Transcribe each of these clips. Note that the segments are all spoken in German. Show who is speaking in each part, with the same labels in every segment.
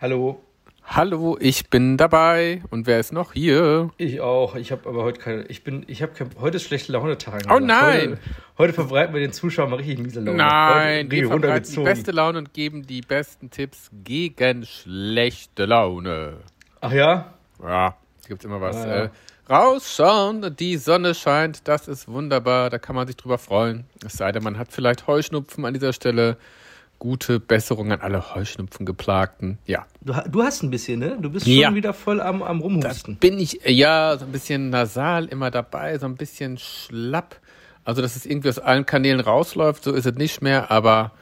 Speaker 1: Hallo,
Speaker 2: Hallo, ich bin dabei. Und wer ist noch hier?
Speaker 1: ich auch. Ich habe aber heute keine. Ich bin, ich habe kein. Heute ist schlechte Laune-Tag.
Speaker 2: Oh nein!
Speaker 1: Heute, heute verbreiten wir den Zuschauern mal richtig miese Laune.
Speaker 2: Nein,
Speaker 1: heute
Speaker 2: wir
Speaker 1: richtig
Speaker 2: verbreiten die
Speaker 1: runtergezogen.
Speaker 2: beste Laune und geben die besten Tipps gegen schlechte Laune.
Speaker 1: Ach ja?
Speaker 2: Ja, gibt's immer was.
Speaker 1: Ah, ja.
Speaker 2: Äh, rausschauen, die Sonne scheint, das ist wunderbar, da kann man sich drüber freuen. Es sei denn, man hat vielleicht Heuschnupfen an dieser Stelle. Gute Besserung an alle Heuschnupfengeplagten. Ja,
Speaker 1: Du, ha- du hast ein bisschen, ne? Du bist
Speaker 2: Ja.
Speaker 1: schon wieder voll am, am Rumhusten.
Speaker 2: bin ich äh, ja so ein bisschen nasal immer dabei, so ein bisschen schlapp. Also, dass es irgendwie aus allen Kanälen rausläuft, so ist es nicht mehr, aber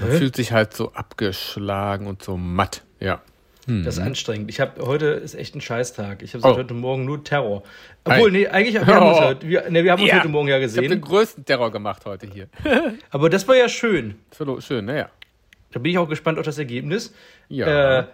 Speaker 2: man fühlt sich halt so abgeschlagen und so matt. Ja.
Speaker 1: Das ist anstrengend. Ich habe heute ist echt ein Scheißtag. Ich habe
Speaker 2: hm. Oh.
Speaker 1: heute Morgen nur Terror. Obwohl,
Speaker 2: Ei.
Speaker 1: nee, eigentlich wir haben, uns,
Speaker 2: Oh.
Speaker 1: heute, wir, nee, wir haben uns
Speaker 2: Ja.
Speaker 1: heute Morgen ja
Speaker 2: Ich habe den
Speaker 1: gesehen.
Speaker 2: größten Terror gemacht heute hier.
Speaker 1: Aber das war ja schön.
Speaker 2: So, Schön, naja.
Speaker 1: Da bin ich auch gespannt auf das Ergebnis.
Speaker 2: Ja.
Speaker 1: Äh,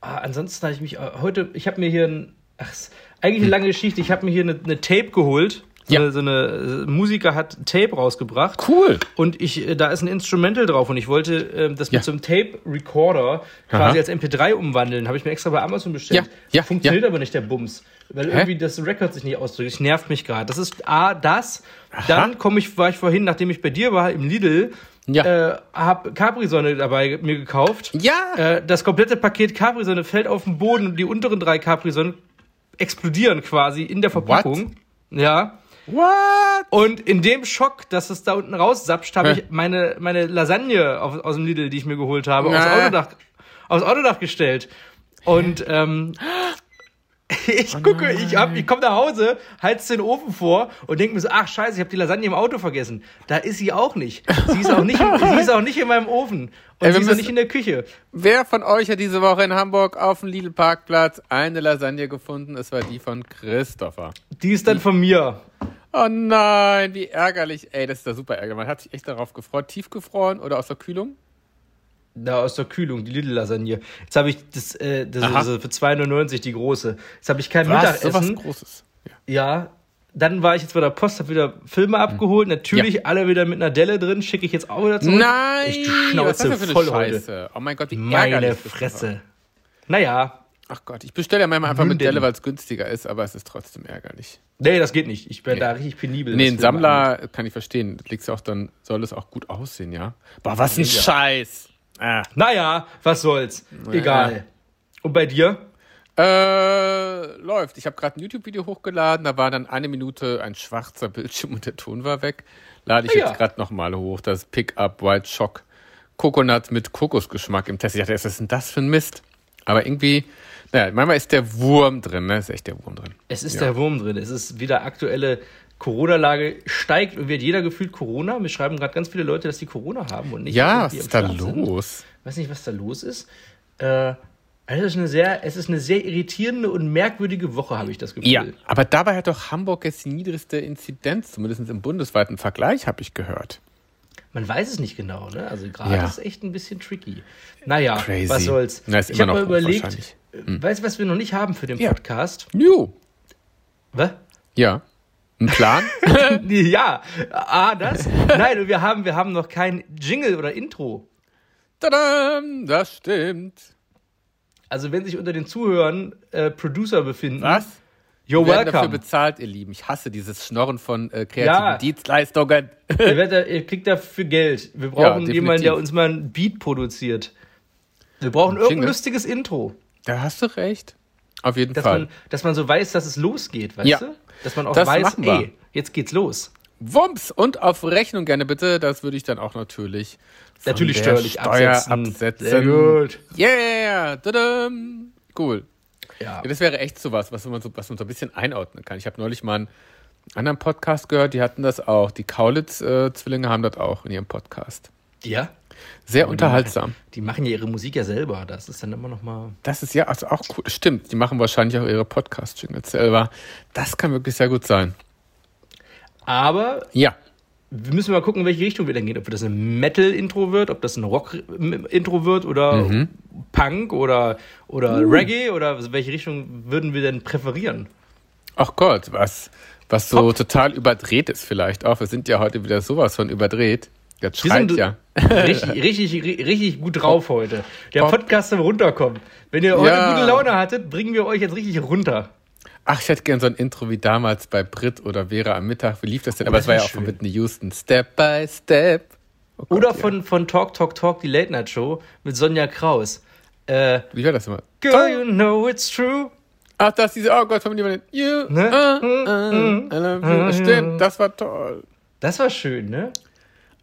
Speaker 1: ah, ansonsten habe ich mich äh, heute, ich habe mir hier ein, ach, ist eigentlich eine lange Geschichte, ich habe mir hier eine, eine Tape geholt. So,
Speaker 2: Hm. Ja.
Speaker 1: eine, so eine äh, Musiker hat ein Tape rausgebracht
Speaker 2: Cool.
Speaker 1: und ich, äh, da ist ein Instrumental drauf und ich wollte ähm, das
Speaker 2: Ja.
Speaker 1: mit so einem Tape-Recorder quasi
Speaker 2: Aha.
Speaker 1: als MP3 umwandeln. Habe ich mir extra bei Amazon bestellt.
Speaker 2: Ja, ja,
Speaker 1: Funktioniert aber nicht der Bums, weil irgendwie das Record sich nicht ausdrückt. Ich nervt mich gerade. Das ist A, das. Dann komme ich, war ich vorhin, nachdem ich bei dir war, im Lidl,
Speaker 2: Ja.
Speaker 1: äh, habe Capri-Sonne dabei ge- mir gekauft.
Speaker 2: Ja.
Speaker 1: Äh, das komplette Paket Capri-Sonne fällt auf den Boden und die unteren drei Capri-Sonnen explodieren quasi in der Verpackung. Ja.
Speaker 2: What?
Speaker 1: Und in dem Schock, dass es da unten raussapscht, habe
Speaker 2: Hä?
Speaker 1: ich meine, meine Lasagne auf, aus dem Lidl, die ich mir geholt habe, aufs,
Speaker 2: Na.
Speaker 1: Autodach, aufs Autodach gestellt. Und ähm,
Speaker 2: Oh
Speaker 1: ich gucke, ich, hab- ich komme nach Hause, heiz den Ofen vor und denke mir so, ach scheiße, ich habe die Lasagne im Auto vergessen. Da ist sie auch nicht. Sie ist auch nicht, im- sie ist auch nicht in meinem Ofen. Und
Speaker 2: Ey, wir
Speaker 1: sie ist auch
Speaker 2: müssen-
Speaker 1: nicht in der Küche.
Speaker 2: Wer von euch hat diese Woche in Hamburg auf dem Lidl-Parkplatz eine Lasagne gefunden? Es war die von Christopher.
Speaker 1: Die ist dann von mir.
Speaker 2: Oh nein, wie ärgerlich. Ey, das ist da super ärgerlich. Man hat sich echt darauf gefreut. Tiefgefroren oder aus der Kühlung?
Speaker 1: Da aus der Kühlung, die Lidl-Lasagne. Jetzt habe ich das, äh, das
Speaker 2: Aha.
Speaker 1: ist für 2,99 die große. Jetzt habe ich kein
Speaker 2: Was? So was
Speaker 1: Mittagessen.
Speaker 2: Großes. Ja.
Speaker 1: Ja, dann war ich jetzt bei der Post, hab wieder
Speaker 2: Hm.
Speaker 1: Filme abgeholt. Natürlich alle wieder mit einer Delle drin, schicke ich jetzt auch wieder zurück.
Speaker 2: Nein!
Speaker 1: Ich die
Speaker 2: was
Speaker 1: Schnauze
Speaker 2: ist das für eine
Speaker 1: voll heute.
Speaker 2: Scheiße? Oh mein Gott, wie
Speaker 1: Meine
Speaker 2: ärgerlich. das ist.
Speaker 1: Fresse. Naja,
Speaker 2: Ach Gott, ich bestelle ja manchmal einfach mit
Speaker 1: Münden.
Speaker 2: Delle, weil es günstiger ist, aber es ist trotzdem ärgerlich.
Speaker 1: nee, das geht nicht. Ich bin da richtig penibel.
Speaker 2: Nee,
Speaker 1: was
Speaker 2: ein
Speaker 1: Filme angeht.
Speaker 2: Sammler kann ich verstehen. Das liegt's ja auch dann, soll es auch gut aussehen, ja? Boah, was ein
Speaker 1: Ja.
Speaker 2: Scheiß! Ah.
Speaker 1: Naja, was soll's. Egal. Und bei dir?
Speaker 2: Äh, läuft. Ich habe gerade ein YouTube-Video hochgeladen, da war dann eine Minute ein schwarzer Bildschirm und der Ton war weg. Lade ich
Speaker 1: Ah, ja.
Speaker 2: jetzt gerade nochmal hoch. Das Pickup White Shock Coconut mit Kokosgeschmack im Test. Ich dachte, was ist denn das für ein Mist? Aber irgendwie, naja, manchmal ist der Wurm drin, ne? Ist echt der Wurm drin.
Speaker 1: Es ist
Speaker 2: Ja.
Speaker 1: der Wurm drin. Es ist wieder aktuelle Corona-Lage steigt und wird jeder gefühlt Corona. Mir schreiben gerade ganz viele Leute, dass die Corona haben und nicht.
Speaker 2: Ja, was
Speaker 1: irgendwie
Speaker 2: ist da
Speaker 1: am Start sind.
Speaker 2: los?
Speaker 1: weiß nicht, was da los ist. Äh, also es, ist eine sehr, es ist eine sehr irritierende und merkwürdige Woche, habe ich das Gefühl.
Speaker 2: Ja, aber dabei hat doch Hamburg jetzt die niedrigste Inzidenz, zumindest im bundesweiten Vergleich, habe ich gehört.
Speaker 1: Man weiß es nicht genau, ne? Also gerade
Speaker 2: Ja.
Speaker 1: ist echt ein bisschen tricky. Naja,
Speaker 2: Crazy.
Speaker 1: was soll's.
Speaker 2: Na, ist
Speaker 1: ich
Speaker 2: immer
Speaker 1: habe mal
Speaker 2: noch hoch
Speaker 1: überlegt,
Speaker 2: wahrscheinlich. Hm.
Speaker 1: äh, weißt du, was wir noch nicht haben für den
Speaker 2: Ja.
Speaker 1: Podcast?
Speaker 2: Jo.
Speaker 1: Was?
Speaker 2: Ja. Ein Plan?
Speaker 1: ja, ah, das? Nein, und wir haben, wir haben noch kein Jingle oder Intro.
Speaker 2: Tadam, das stimmt.
Speaker 1: Also wenn sich unter den Zuhörern äh, Producer befinden,
Speaker 2: Was?
Speaker 1: you're
Speaker 2: Wir werden dafür
Speaker 1: welcome.
Speaker 2: bezahlt, ihr Lieben. Ich hasse dieses Schnorren von äh, kreativen
Speaker 1: Ja.
Speaker 2: Dienstleistungen.
Speaker 1: Ihr, werdet, da- ihr kriegt dafür Geld. Wir brauchen
Speaker 2: definitiv.
Speaker 1: jemanden, der uns mal ein Beat produziert. Wir brauchen irgendein
Speaker 2: Jingle.
Speaker 1: lustiges Intro,
Speaker 2: Da hast du recht. Auf jeden
Speaker 1: dass
Speaker 2: Fall.
Speaker 1: man, dass man so weiß, dass es losgeht, weißt
Speaker 2: Ja.
Speaker 1: du? Dass man auch
Speaker 2: Das
Speaker 1: weiß,
Speaker 2: machen wir.
Speaker 1: ey, jetzt geht's los.
Speaker 2: Wumms und auf Rechnung gerne bitte. Das würde ich dann auch natürlich von
Speaker 1: Natürlich
Speaker 2: der
Speaker 1: steuerlich
Speaker 2: Steuer
Speaker 1: absetzen.
Speaker 2: absetzen.
Speaker 1: Sehr gut.
Speaker 2: Yeah. Tadam. Cool.
Speaker 1: Ja.
Speaker 2: Ja, das wäre echt sowas, was man so, was man so ein bisschen einordnen kann. Ich habe neulich mal einen anderen Podcast gehört, die hatten das auch. Die Kaulitz-Zwillinge haben das auch in ihrem Podcast.
Speaker 1: ja.
Speaker 2: Sehr unterhaltsam.
Speaker 1: Die machen ja ihre Musik ja selber. Das ist dann immer noch mal.
Speaker 2: Das ist ja also auch cool. Stimmt, die machen wahrscheinlich auch ihre Podcast-Jingles selber. Das kann wirklich sehr gut sein.
Speaker 1: Aber
Speaker 2: Ja.
Speaker 1: wir müssen mal gucken, in welche Richtung wir dann gehen. Ob das ein Metal-Intro wird, ob das ein Rock-Intro wird oder
Speaker 2: Mhm.
Speaker 1: Punk oder, oder
Speaker 2: Uh.
Speaker 1: Reggae oder welche Richtung würden wir denn präferieren?
Speaker 2: Ach Gott, was, was so total überdreht ist vielleicht auch. Wir sind ja heute wieder sowas von überdreht. Der schreit
Speaker 1: sind
Speaker 2: ja.
Speaker 1: Richtig, richtig, ri- richtig gut drauf heute. Der
Speaker 2: Pop.
Speaker 1: Podcast zum Runterkommen. Wenn ihr heute
Speaker 2: Ja.
Speaker 1: gute Laune hattet, bringen wir euch jetzt richtig runter.
Speaker 2: Ach, ich hätte gern so ein Intro wie damals bei Brit oder Vera am Mittag. Wie lief das denn?
Speaker 1: Oh,
Speaker 2: Aber
Speaker 1: das
Speaker 2: es war ja
Speaker 1: wär
Speaker 2: auch von
Speaker 1: schön.
Speaker 2: Whitney Houston. Step by Step. Oh Gott,
Speaker 1: Oder
Speaker 2: ja.
Speaker 1: von, von Talk, Talk, Talk, die Late Night Show mit Sonja Kraus. Äh,
Speaker 2: Wie war das immer?
Speaker 1: Girl, you know it's true.
Speaker 2: Ach, das ist diese, oh Gott, von jemandem. You,
Speaker 1: Ne? Mhm.
Speaker 2: uh, uh, I love you. Stimmt, das war toll.
Speaker 1: Das war schön, ne?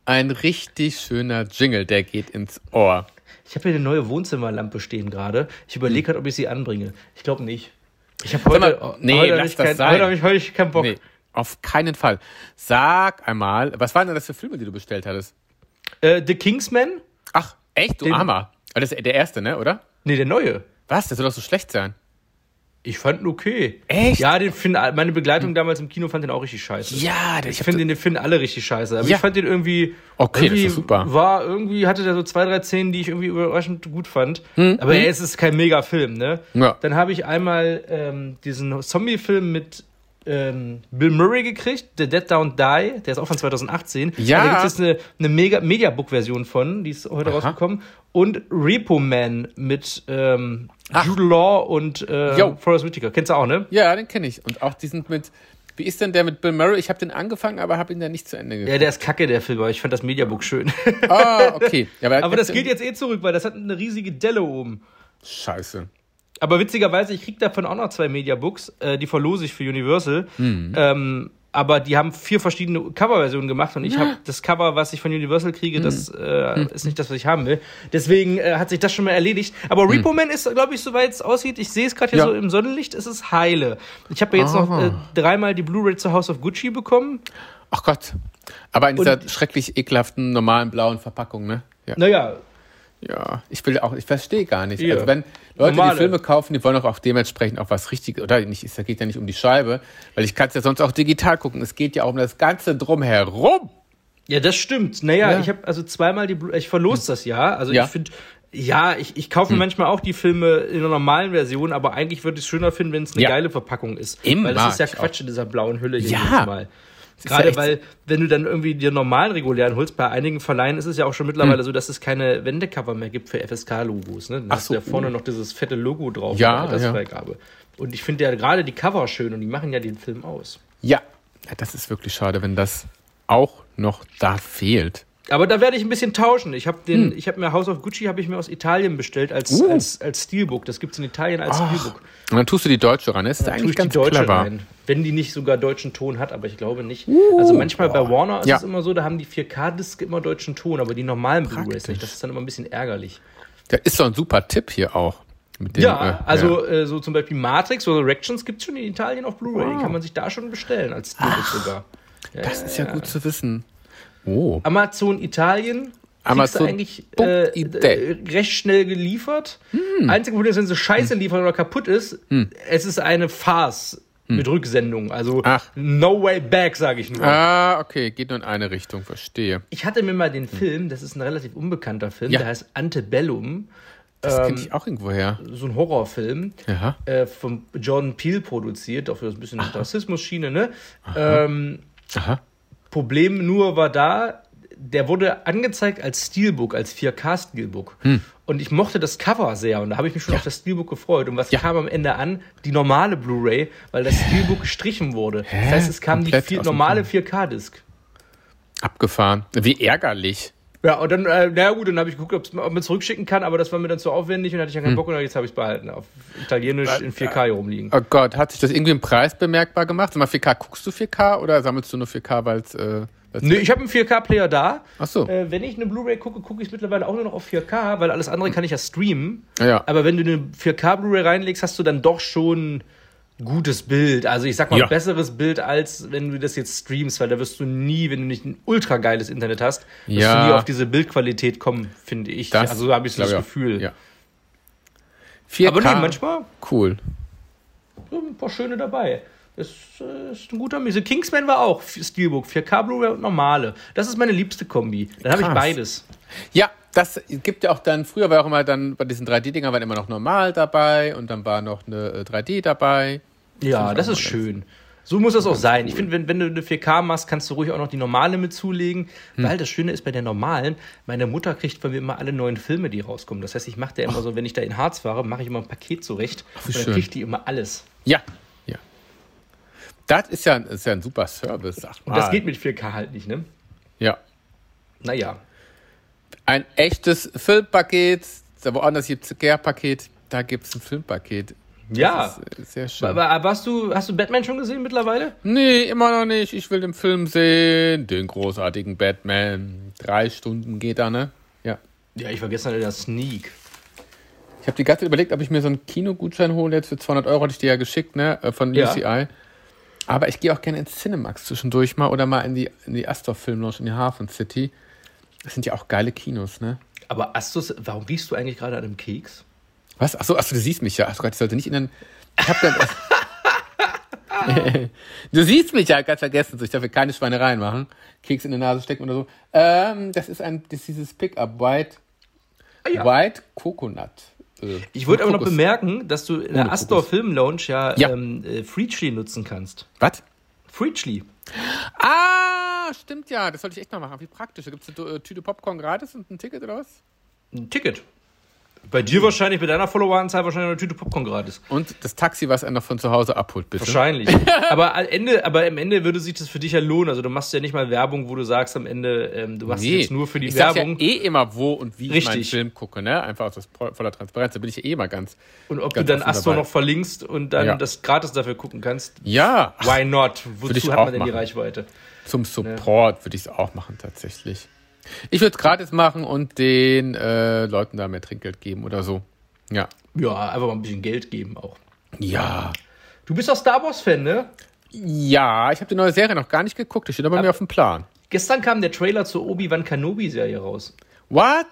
Speaker 2: Ein richtig schöner Jingle, der geht ins Ohr.
Speaker 1: Ich habe hier eine neue Wohnzimmerlampe stehen gerade. Ich überlege gerade, ob ich sie anbringe. Ich glaube nicht. Ich habe heute,
Speaker 2: Hm. mal, nee,
Speaker 1: heute
Speaker 2: lass
Speaker 1: hab ich
Speaker 2: das
Speaker 1: kein,
Speaker 2: sein.
Speaker 1: Heute habe ich, heute hab ich keinen Bock.
Speaker 2: Nee, auf keinen Fall. Sag einmal, was waren denn das für Filme, die du bestellt hattest?
Speaker 1: Äh, The Kingsman?
Speaker 2: Ach, echt, du
Speaker 1: Den-
Speaker 2: Armer. Aber Das ist der erste, ne, oder?
Speaker 1: Nee, der neue.
Speaker 2: Was? Das soll doch so schlecht sein.
Speaker 1: Ich fand ihn okay.
Speaker 2: Echt? Hm.
Speaker 1: Ja, den find, meine Begleitung damals im Kino fand den auch richtig scheiße.
Speaker 2: Ja, der, ich,
Speaker 1: Ich
Speaker 2: finde
Speaker 1: finde den, den finden alle richtig scheiße. Aber
Speaker 2: Ja.
Speaker 1: ich fand den irgendwie.
Speaker 2: Okay, das
Speaker 1: irgendwie
Speaker 2: ist super.
Speaker 1: War irgendwie, hatte der so zwei, drei Szenen, die ich irgendwie überraschend gut fand. Aber ja, es ist kein mega Film, ne?
Speaker 2: Hm, Ja.
Speaker 1: Dann habe ich einmal ähm, diesen Zombie-Film mit ähm, Bill Murray gekriegt, The Dead Don't Die, der ist auch von 2018.
Speaker 2: Ja.
Speaker 1: Da gibt es eine, eine mega Mediabook-Version von, die ist heute
Speaker 2: Aha.
Speaker 1: rausgekommen. Und Repo Man mit ähm,
Speaker 2: Ach.
Speaker 1: Jude Law und äh,
Speaker 2: Jo.
Speaker 1: Forrest Whitaker. Kennst du auch, ne?
Speaker 2: Ja, den kenne ich. Und auch diesen mit. Wie ist denn der mit Bill Murray? Ich habe den angefangen, aber habe ihn dann nicht zu Ende
Speaker 1: Ja,
Speaker 2: geguckt.
Speaker 1: der ist kacke, der Film, aber ich fand das Mediabook schön.
Speaker 2: Ah, okay. Ja,
Speaker 1: Aber das geht jetzt eh zurück, weil das hat eine riesige Delle oben.
Speaker 2: Scheiße.
Speaker 1: Aber witzigerweise, ich krieg davon auch noch zwei Mediabooks, äh, die verlose ich für Universal.
Speaker 2: Mhm.
Speaker 1: Ähm, aber die haben vier verschiedene Coverversionen gemacht und ich habe das Cover, was ich von Universal kriege, das
Speaker 2: Mhm.
Speaker 1: äh, ist nicht das, was ich haben will. Deswegen äh, hat sich das schon mal erledigt. Aber Repo Man ist, glaube ich, soweit es aussieht, ich sehe es gerade hier
Speaker 2: Mhm. Ja.
Speaker 1: so im Sonnenlicht, es ist heile. Ich habe ja jetzt noch
Speaker 2: Ah.
Speaker 1: äh, dreimal die Blu-ray zu House of Gucci bekommen.
Speaker 2: Ach Gott. Aber in dieser schrecklich ekelhaften, normalen blauen Verpackung, ne? Ja.
Speaker 1: Naja,
Speaker 2: ja. Ich will auch, ich verstehe gar nicht.
Speaker 1: Hier.
Speaker 2: Also wenn Leute
Speaker 1: Normale.
Speaker 2: die Filme kaufen, die wollen doch auch dementsprechend auch was richtig, oder nicht, es geht ja nicht um die Scheibe, weil ich kann es ja sonst auch digital gucken. Es geht ja auch um das Ganze drumherum.
Speaker 1: Ja, das stimmt. Naja,
Speaker 2: Ja. Hm.
Speaker 1: ich habe also zweimal die Blu ich verlose das ja. Also
Speaker 2: Ja. Hm.
Speaker 1: ich finde, ja, ich, ich kaufe manchmal auch die Filme in einer normalen Version, aber eigentlich würde ich es schöner finden, wenn es eine
Speaker 2: Ja.
Speaker 1: geile Verpackung ist.
Speaker 2: Immer.
Speaker 1: Weil das ist ja
Speaker 2: Ich
Speaker 1: Quatsch in dieser blauen Hülle hier
Speaker 2: Ja.
Speaker 1: jedes Mal.
Speaker 2: ist
Speaker 1: Gerade
Speaker 2: ja echt-
Speaker 1: weil, wenn du dann irgendwie dir normalen regulären holst, bei einigen Verleihen ist es ja auch schon mittlerweile so, dass es keine Wendecover mehr gibt für FSK-Logos. Ne? Dann
Speaker 2: Hm. Ach
Speaker 1: hast du
Speaker 2: so,
Speaker 1: ja vorne noch dieses fette Logo drauf
Speaker 2: Ja,
Speaker 1: mit Altersfreigabe. Und ich finde ja gerade die Cover schön und die machen ja den Film aus.
Speaker 2: Ja. ja. Das ist wirklich schade, wenn das auch noch da fehlt.
Speaker 1: Aber da werde ich ein bisschen tauschen. Ich habe den, ich habe mir House of Gucci habe ich mir aus Italien bestellt als
Speaker 2: Hm. Uh.
Speaker 1: als, als Steelbook. Das gibt's in Italien als Steelbook.
Speaker 2: Und dann tust du die Deutsche ran. Das ist
Speaker 1: Da tue
Speaker 2: eigentlich
Speaker 1: ich die
Speaker 2: ganz
Speaker 1: Deutsche
Speaker 2: clever. Uh.
Speaker 1: rein, wenn die nicht sogar deutschen Ton hat, aber ich glaube nicht. also manchmal bei Warner ist
Speaker 2: Ja.
Speaker 1: es immer so, da haben die 4K-Disc immer deutschen Ton, aber die normalen Blu-rays nicht. Das ist dann immer ein bisschen ärgerlich.
Speaker 2: Das ist doch ein super Tipp hier auch. Mit dem, äh,
Speaker 1: Ja, also Äh, so zum Beispiel Matrix oder Reactions gibt's schon in Italien auf Blu-ray. Die
Speaker 2: Wow.
Speaker 1: kann man sich da schon bestellen als Steelbook sogar.
Speaker 2: Das ist ja gut zu wissen. Oh.
Speaker 1: Amazon Italien. kriegst du
Speaker 2: Amazon
Speaker 1: eigentlich
Speaker 2: Punkt E.
Speaker 1: äh,
Speaker 2: Idee.
Speaker 1: äh, recht schnell geliefert.
Speaker 2: Hm.
Speaker 1: Einzige Problem ist, wenn sie Scheiße liefern oder kaputt ist, es ist eine Farce mit Rücksendung. Also
Speaker 2: Hm. Ach.
Speaker 1: no way back, sage ich nur.
Speaker 2: Ah, okay, geht nur in eine Richtung, verstehe.
Speaker 1: Ich hatte mir mal den Film, das ist ein relativ unbekannter Film,
Speaker 2: Ja.
Speaker 1: der heißt Antebellum,
Speaker 2: Das kenne
Speaker 1: Ähm.
Speaker 2: ich auch irgendwo her.
Speaker 1: so ein Horrorfilm
Speaker 2: Ja.
Speaker 1: äh, von Jordan Peele produziert, auch für das bisschen Rassismus-Schiene, ne? Ähm,
Speaker 2: Aha.
Speaker 1: Problem nur war da, der wurde angezeigt als Steelbook, als 4K-Steelbook.
Speaker 2: Hm.
Speaker 1: Und ich mochte das Cover sehr und da habe ich mich schon auf das Steelbook gefreut. Und was
Speaker 2: Ja.
Speaker 1: kam am Ende an? Die normale Blu-ray, weil das Steelbook gestrichen wurde.
Speaker 2: Hä?
Speaker 1: Das heißt, es kam
Speaker 2: Komplett
Speaker 1: die vier,
Speaker 2: aus dem
Speaker 1: normale 4K-Disc.
Speaker 2: Abgefahren. Wie ärgerlich.
Speaker 1: Ja, und dann, äh, naja gut, dann habe ich geguckt, ob's- ob man es rückschicken kann, aber das war mir dann zu aufwendig und hatte ich ja
Speaker 2: Hm.
Speaker 1: keinen Bock und jetzt habe ich es behalten. Auf Italienisch
Speaker 2: Äh,
Speaker 1: in 4K hier rumliegen.
Speaker 2: Oh Gott, hat sich das irgendwie im Preis bemerkbar gemacht? Sag mal, 4K, guckst du 4K oder sammelst du nur 4K, weil es. Äh, weil's-
Speaker 1: Nee, ich habe einen 4K-Player da.
Speaker 2: Ach so.
Speaker 1: Äh, wenn ich eine Blu-ray gucke, gucke ich mittlerweile auch nur noch auf 4K, weil alles andere kann ich ja streamen.
Speaker 2: Ja.
Speaker 1: Aber wenn du eine 4K Blu-ray reinlegst, hast du dann doch schon gutes Bild. Also ich sag mal
Speaker 2: Ja.
Speaker 1: besseres Bild als wenn du das jetzt streamst, weil da wirst du nie, wenn du nicht ein ultra geiles Internet hast, wirst
Speaker 2: Ja.
Speaker 1: du nie auf diese Bildqualität kommen, finde ich. also so habe ich so
Speaker 2: glaub
Speaker 1: das
Speaker 2: auch.
Speaker 1: Gefühl.
Speaker 2: Ja. 4K,
Speaker 1: Aber nee, manchmal
Speaker 2: cool.
Speaker 1: so ein paar schöne dabei. Das äh, ist ein guter Miese. Kingsman war auch Steelbook, 4K Blu-ray und normale. Das ist meine liebste Kombi. Dann habe ich
Speaker 2: Krass.
Speaker 1: beides.
Speaker 2: Ja, das gibt ja auch dann, früher war auch immer dann, bei diesen 3D-Dingern waren immer noch normal dabei und dann war noch eine äh, 3D dabei.
Speaker 1: Ja,
Speaker 2: ich
Speaker 1: das
Speaker 2: auch
Speaker 1: ist
Speaker 2: mal
Speaker 1: schön. So muss das auch sein. Ich finde, wenn, wenn du eine 4K machst, kannst du ruhig auch noch die normale mit zulegen. Weil das Schöne ist bei der normalen, meine Mutter kriegt von mir immer alle neuen Filme, die rauskommen. Das heißt, ich mache der immer so, wenn ich da in Harz fahre, mache ich immer ein Paket zurecht.
Speaker 2: wie
Speaker 1: und dann
Speaker 2: schön.
Speaker 1: kriegt die immer alles.
Speaker 2: Ja, ja. Das ist ja, ist ja ein super Service, sag mal.
Speaker 1: Und das geht mit 4K halt nicht, ne?
Speaker 2: Ja.
Speaker 1: Naja.
Speaker 2: Ein echtes Filmpaket, woanders gibt es ein Care-Paket, da gibt es ein Filmpaket.
Speaker 1: Ja.
Speaker 2: Das ist äh, sehr schön.
Speaker 1: Aber, aber hast, du, hast du Batman schon gesehen mittlerweile?
Speaker 2: nee, immer noch nicht. Ich will den Film sehen. Den großartigen Batman. Drei Stunden geht da, ne? Ja.
Speaker 1: Ja, ich war gestern in der Sneak.
Speaker 2: Ich habe die ganze Zeit überlegt, ob ich mir so einen Kinogutschein hole. Jetzt für 200 Euro hatte ich dir ja geschickt, ne? äh, Von
Speaker 1: Ja.
Speaker 2: UCI. Aber ich gehe auch gerne ins Cinemax zwischendurch mal oder mal in die, in die Astor Film Lounge in die Hafen City. Das sind ja auch geile Kinos, ne?
Speaker 1: Aber Astus, warum riechst du eigentlich gerade an einem Keks?
Speaker 2: Was? Achso, achso, du siehst mich ja. Ach Gott, ich sollte nicht in den. Ich hab dann. du siehst mich ja, ganz vergessen. So, ich darf hier keine Schweinereien machen. Keks in die Nase stecken oder so. Ähm, das ist ein, das ist dieses Pickup White,
Speaker 1: Ah, ja.
Speaker 2: White Coconut. Öl.
Speaker 1: Ich wollte aber noch
Speaker 2: Kokos.
Speaker 1: bemerken, dass du in der
Speaker 2: Ohne
Speaker 1: Astor
Speaker 2: Kokos.
Speaker 1: Film Lounge ja,
Speaker 2: Ja.
Speaker 1: Ähm, äh, Freechly nutzen kannst.
Speaker 2: Was?
Speaker 1: Freechly.
Speaker 2: Ah, stimmt ja. Das sollte ich echt mal machen. Wie praktisch. Da gibt es eine äh, Tüte Popcorn gratis und ein Ticket oder was?
Speaker 1: Ein Ticket. Bei dir wahrscheinlich, bei deiner Followeranzahl wahrscheinlich eine Tüte Popcorn gratis.
Speaker 2: Und das Taxi, was einer von zu Hause abholt, bitte.
Speaker 1: Wahrscheinlich. aber, am Ende, aber am Ende würde sich das für dich ja lohnen. Also du machst ja nicht mal Werbung, wo du sagst am Ende, ähm, du machst es jetzt nur für die
Speaker 2: ich sag's
Speaker 1: Werbung.
Speaker 2: ja eh immer, wo und wie ich meinen
Speaker 1: Richtig.
Speaker 2: Film gucke, ne? Einfach aus das Pro- voller Transparenz. Da bin ich ja eh immer ganz.
Speaker 1: und ob du
Speaker 2: ganz
Speaker 1: dann
Speaker 2: offen
Speaker 1: Astor
Speaker 2: dabei.
Speaker 1: noch verlinkst und dann
Speaker 2: Ja.
Speaker 1: das gratis dafür gucken kannst.
Speaker 2: Ja, ach,
Speaker 1: Why not?
Speaker 2: ich
Speaker 1: Wozu hat man
Speaker 2: auch
Speaker 1: denn die
Speaker 2: machen.
Speaker 1: Reichweite?
Speaker 2: zum Support würde ich es auch machen, tatsächlich. Ich würde es gratis machen und den äh, Leuten da mehr Trinkgeld geben oder so. Ja.
Speaker 1: Ja, einfach mal ein bisschen Geld geben auch.
Speaker 2: Ja.
Speaker 1: Du bist auch Star Wars-Fan, ne?
Speaker 2: Ja, ich habe die neue Serie noch gar nicht geguckt. Die steht aber bei mir auf dem Plan.
Speaker 1: Gestern kam der Trailer zur Obi-Wan Kenobi-Serie raus.
Speaker 2: What?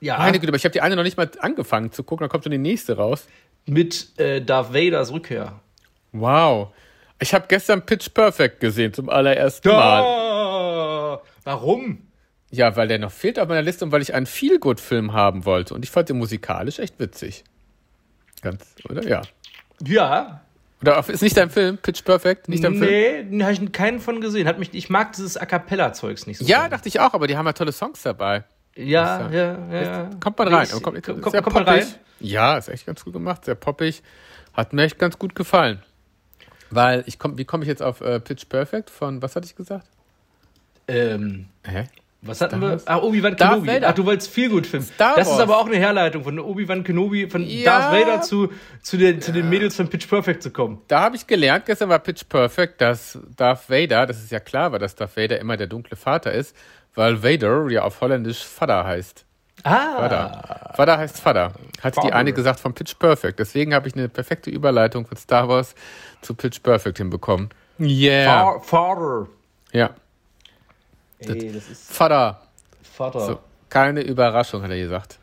Speaker 1: Ja,
Speaker 2: Meine Güte, aber ich habe die eine noch nicht mal angefangen zu gucken, dann kommt schon die nächste raus.
Speaker 1: mit äh, Darth Vaders Rückkehr.
Speaker 2: Wow. Ich habe gestern Pitch Perfect gesehen zum allerersten Mal.
Speaker 1: Ah, Warum?
Speaker 2: Ja, weil der noch fehlt auf meiner Liste und weil ich einen Feel-Good-Film haben wollte. Und ich fand den musikalisch echt witzig. Ganz, oder? Ja.
Speaker 1: Ja,
Speaker 2: Oder auf- ist nicht dein Film? Pitch Perfect? Nicht dein Film?
Speaker 1: nee, den habe ich keinen von gesehen. Hat mich, ich mag dieses A Cappella-Zeugs nicht so.
Speaker 2: Ja,
Speaker 1: gerne.
Speaker 2: dachte ich auch, aber die haben ja tolle Songs dabei.
Speaker 1: ja, ja, ja, ja.
Speaker 2: Kommt man rein.
Speaker 1: Ich-
Speaker 2: aber kommt,
Speaker 1: kommt,
Speaker 2: sehr
Speaker 1: kommt, kommt man rein.
Speaker 2: poppig. Ja, ist echt ganz gut gemacht, sehr poppig. Hat mir echt ganz gut gefallen. Weil ich komm, wie komme ich jetzt auf äh, Pitch Perfect von, was hatte ich gesagt?
Speaker 1: Ähm,
Speaker 2: Hä?
Speaker 1: was hatten
Speaker 2: Star
Speaker 1: wir?
Speaker 2: Wars?
Speaker 1: Ah, Obi-Wan
Speaker 2: Darth
Speaker 1: Kenobi.
Speaker 2: Vader.
Speaker 1: Ach, du wolltest viel gut filmen.
Speaker 2: Star
Speaker 1: Das ist
Speaker 2: Wars.
Speaker 1: aber auch eine Herleitung von Obi-Wan Kenobi, von
Speaker 2: Ja.
Speaker 1: Darth Vader zu, zu, den, zu den Mädels von Pitch Perfect zu kommen.
Speaker 2: Da habe ich gelernt, gestern war Pitch Perfect, dass Darth Vader, das ist ja klar, weil das Darth Vader immer der dunkle Vater ist, weil Vader ja auf Holländisch Vater heißt.
Speaker 1: Ah,
Speaker 2: Vater. Vater heißt Vater. Hat die
Speaker 1: Vater.
Speaker 2: eine gesagt von Pitch Perfect. Deswegen habe ich eine perfekte Überleitung von Star Wars zu Pitch Perfect hinbekommen. Yeah.
Speaker 1: Fa- Father.
Speaker 2: Ja.
Speaker 1: Ey, das ist
Speaker 2: Vater.
Speaker 1: Vater.
Speaker 2: So, keine Überraschung, hat er gesagt.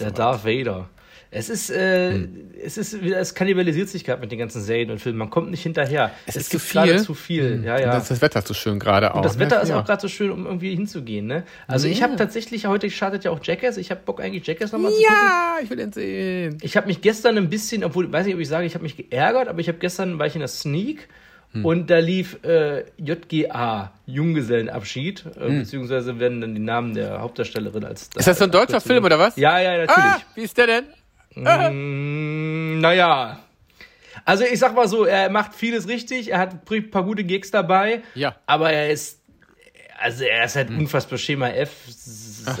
Speaker 1: Der Darth Vader. Es ist, äh,
Speaker 2: Hm.
Speaker 1: es ist wieder, es kannibalisiert sich gerade mit den ganzen Serien und Filmen. Man kommt nicht hinterher. Es,
Speaker 2: ist
Speaker 1: gibt
Speaker 2: zu
Speaker 1: gerade
Speaker 2: viel.
Speaker 1: zu viel. Ja,
Speaker 2: Und
Speaker 1: ja.
Speaker 2: Das, das Wetter ist so schön gerade auch.
Speaker 1: Und das
Speaker 2: ne?
Speaker 1: Wetter ist
Speaker 2: ja.
Speaker 1: auch gerade so schön, um irgendwie hinzugehen. Ne? Also ich
Speaker 2: Ja.
Speaker 1: habe tatsächlich heute startet ja auch Jackass. Ich habe Bock eigentlich Jackass nochmal zu gucken.
Speaker 2: Ja, ich will ihn sehen.
Speaker 1: Ich habe mich gestern ein bisschen, obwohl weiß nicht, ob ich sage, ich habe mich geärgert, aber ich habe gestern war ich in der Sneak
Speaker 2: Hm.
Speaker 1: und da lief äh, JGA Junggesellenabschied, äh, beziehungsweise werden dann die Namen der Hauptdarstellerin als
Speaker 2: Hm. Ist das so ein deutscher Film oder was?
Speaker 1: ja ja
Speaker 2: Ah,
Speaker 1: natürlich.
Speaker 2: wie ist der denn?
Speaker 1: Mm, naja. Also ich sag mal so, er macht vieles richtig, er hat ein paar gute Gigs dabei,
Speaker 2: Ja.
Speaker 1: aber er ist, also er ist halt unfassbar Schema F,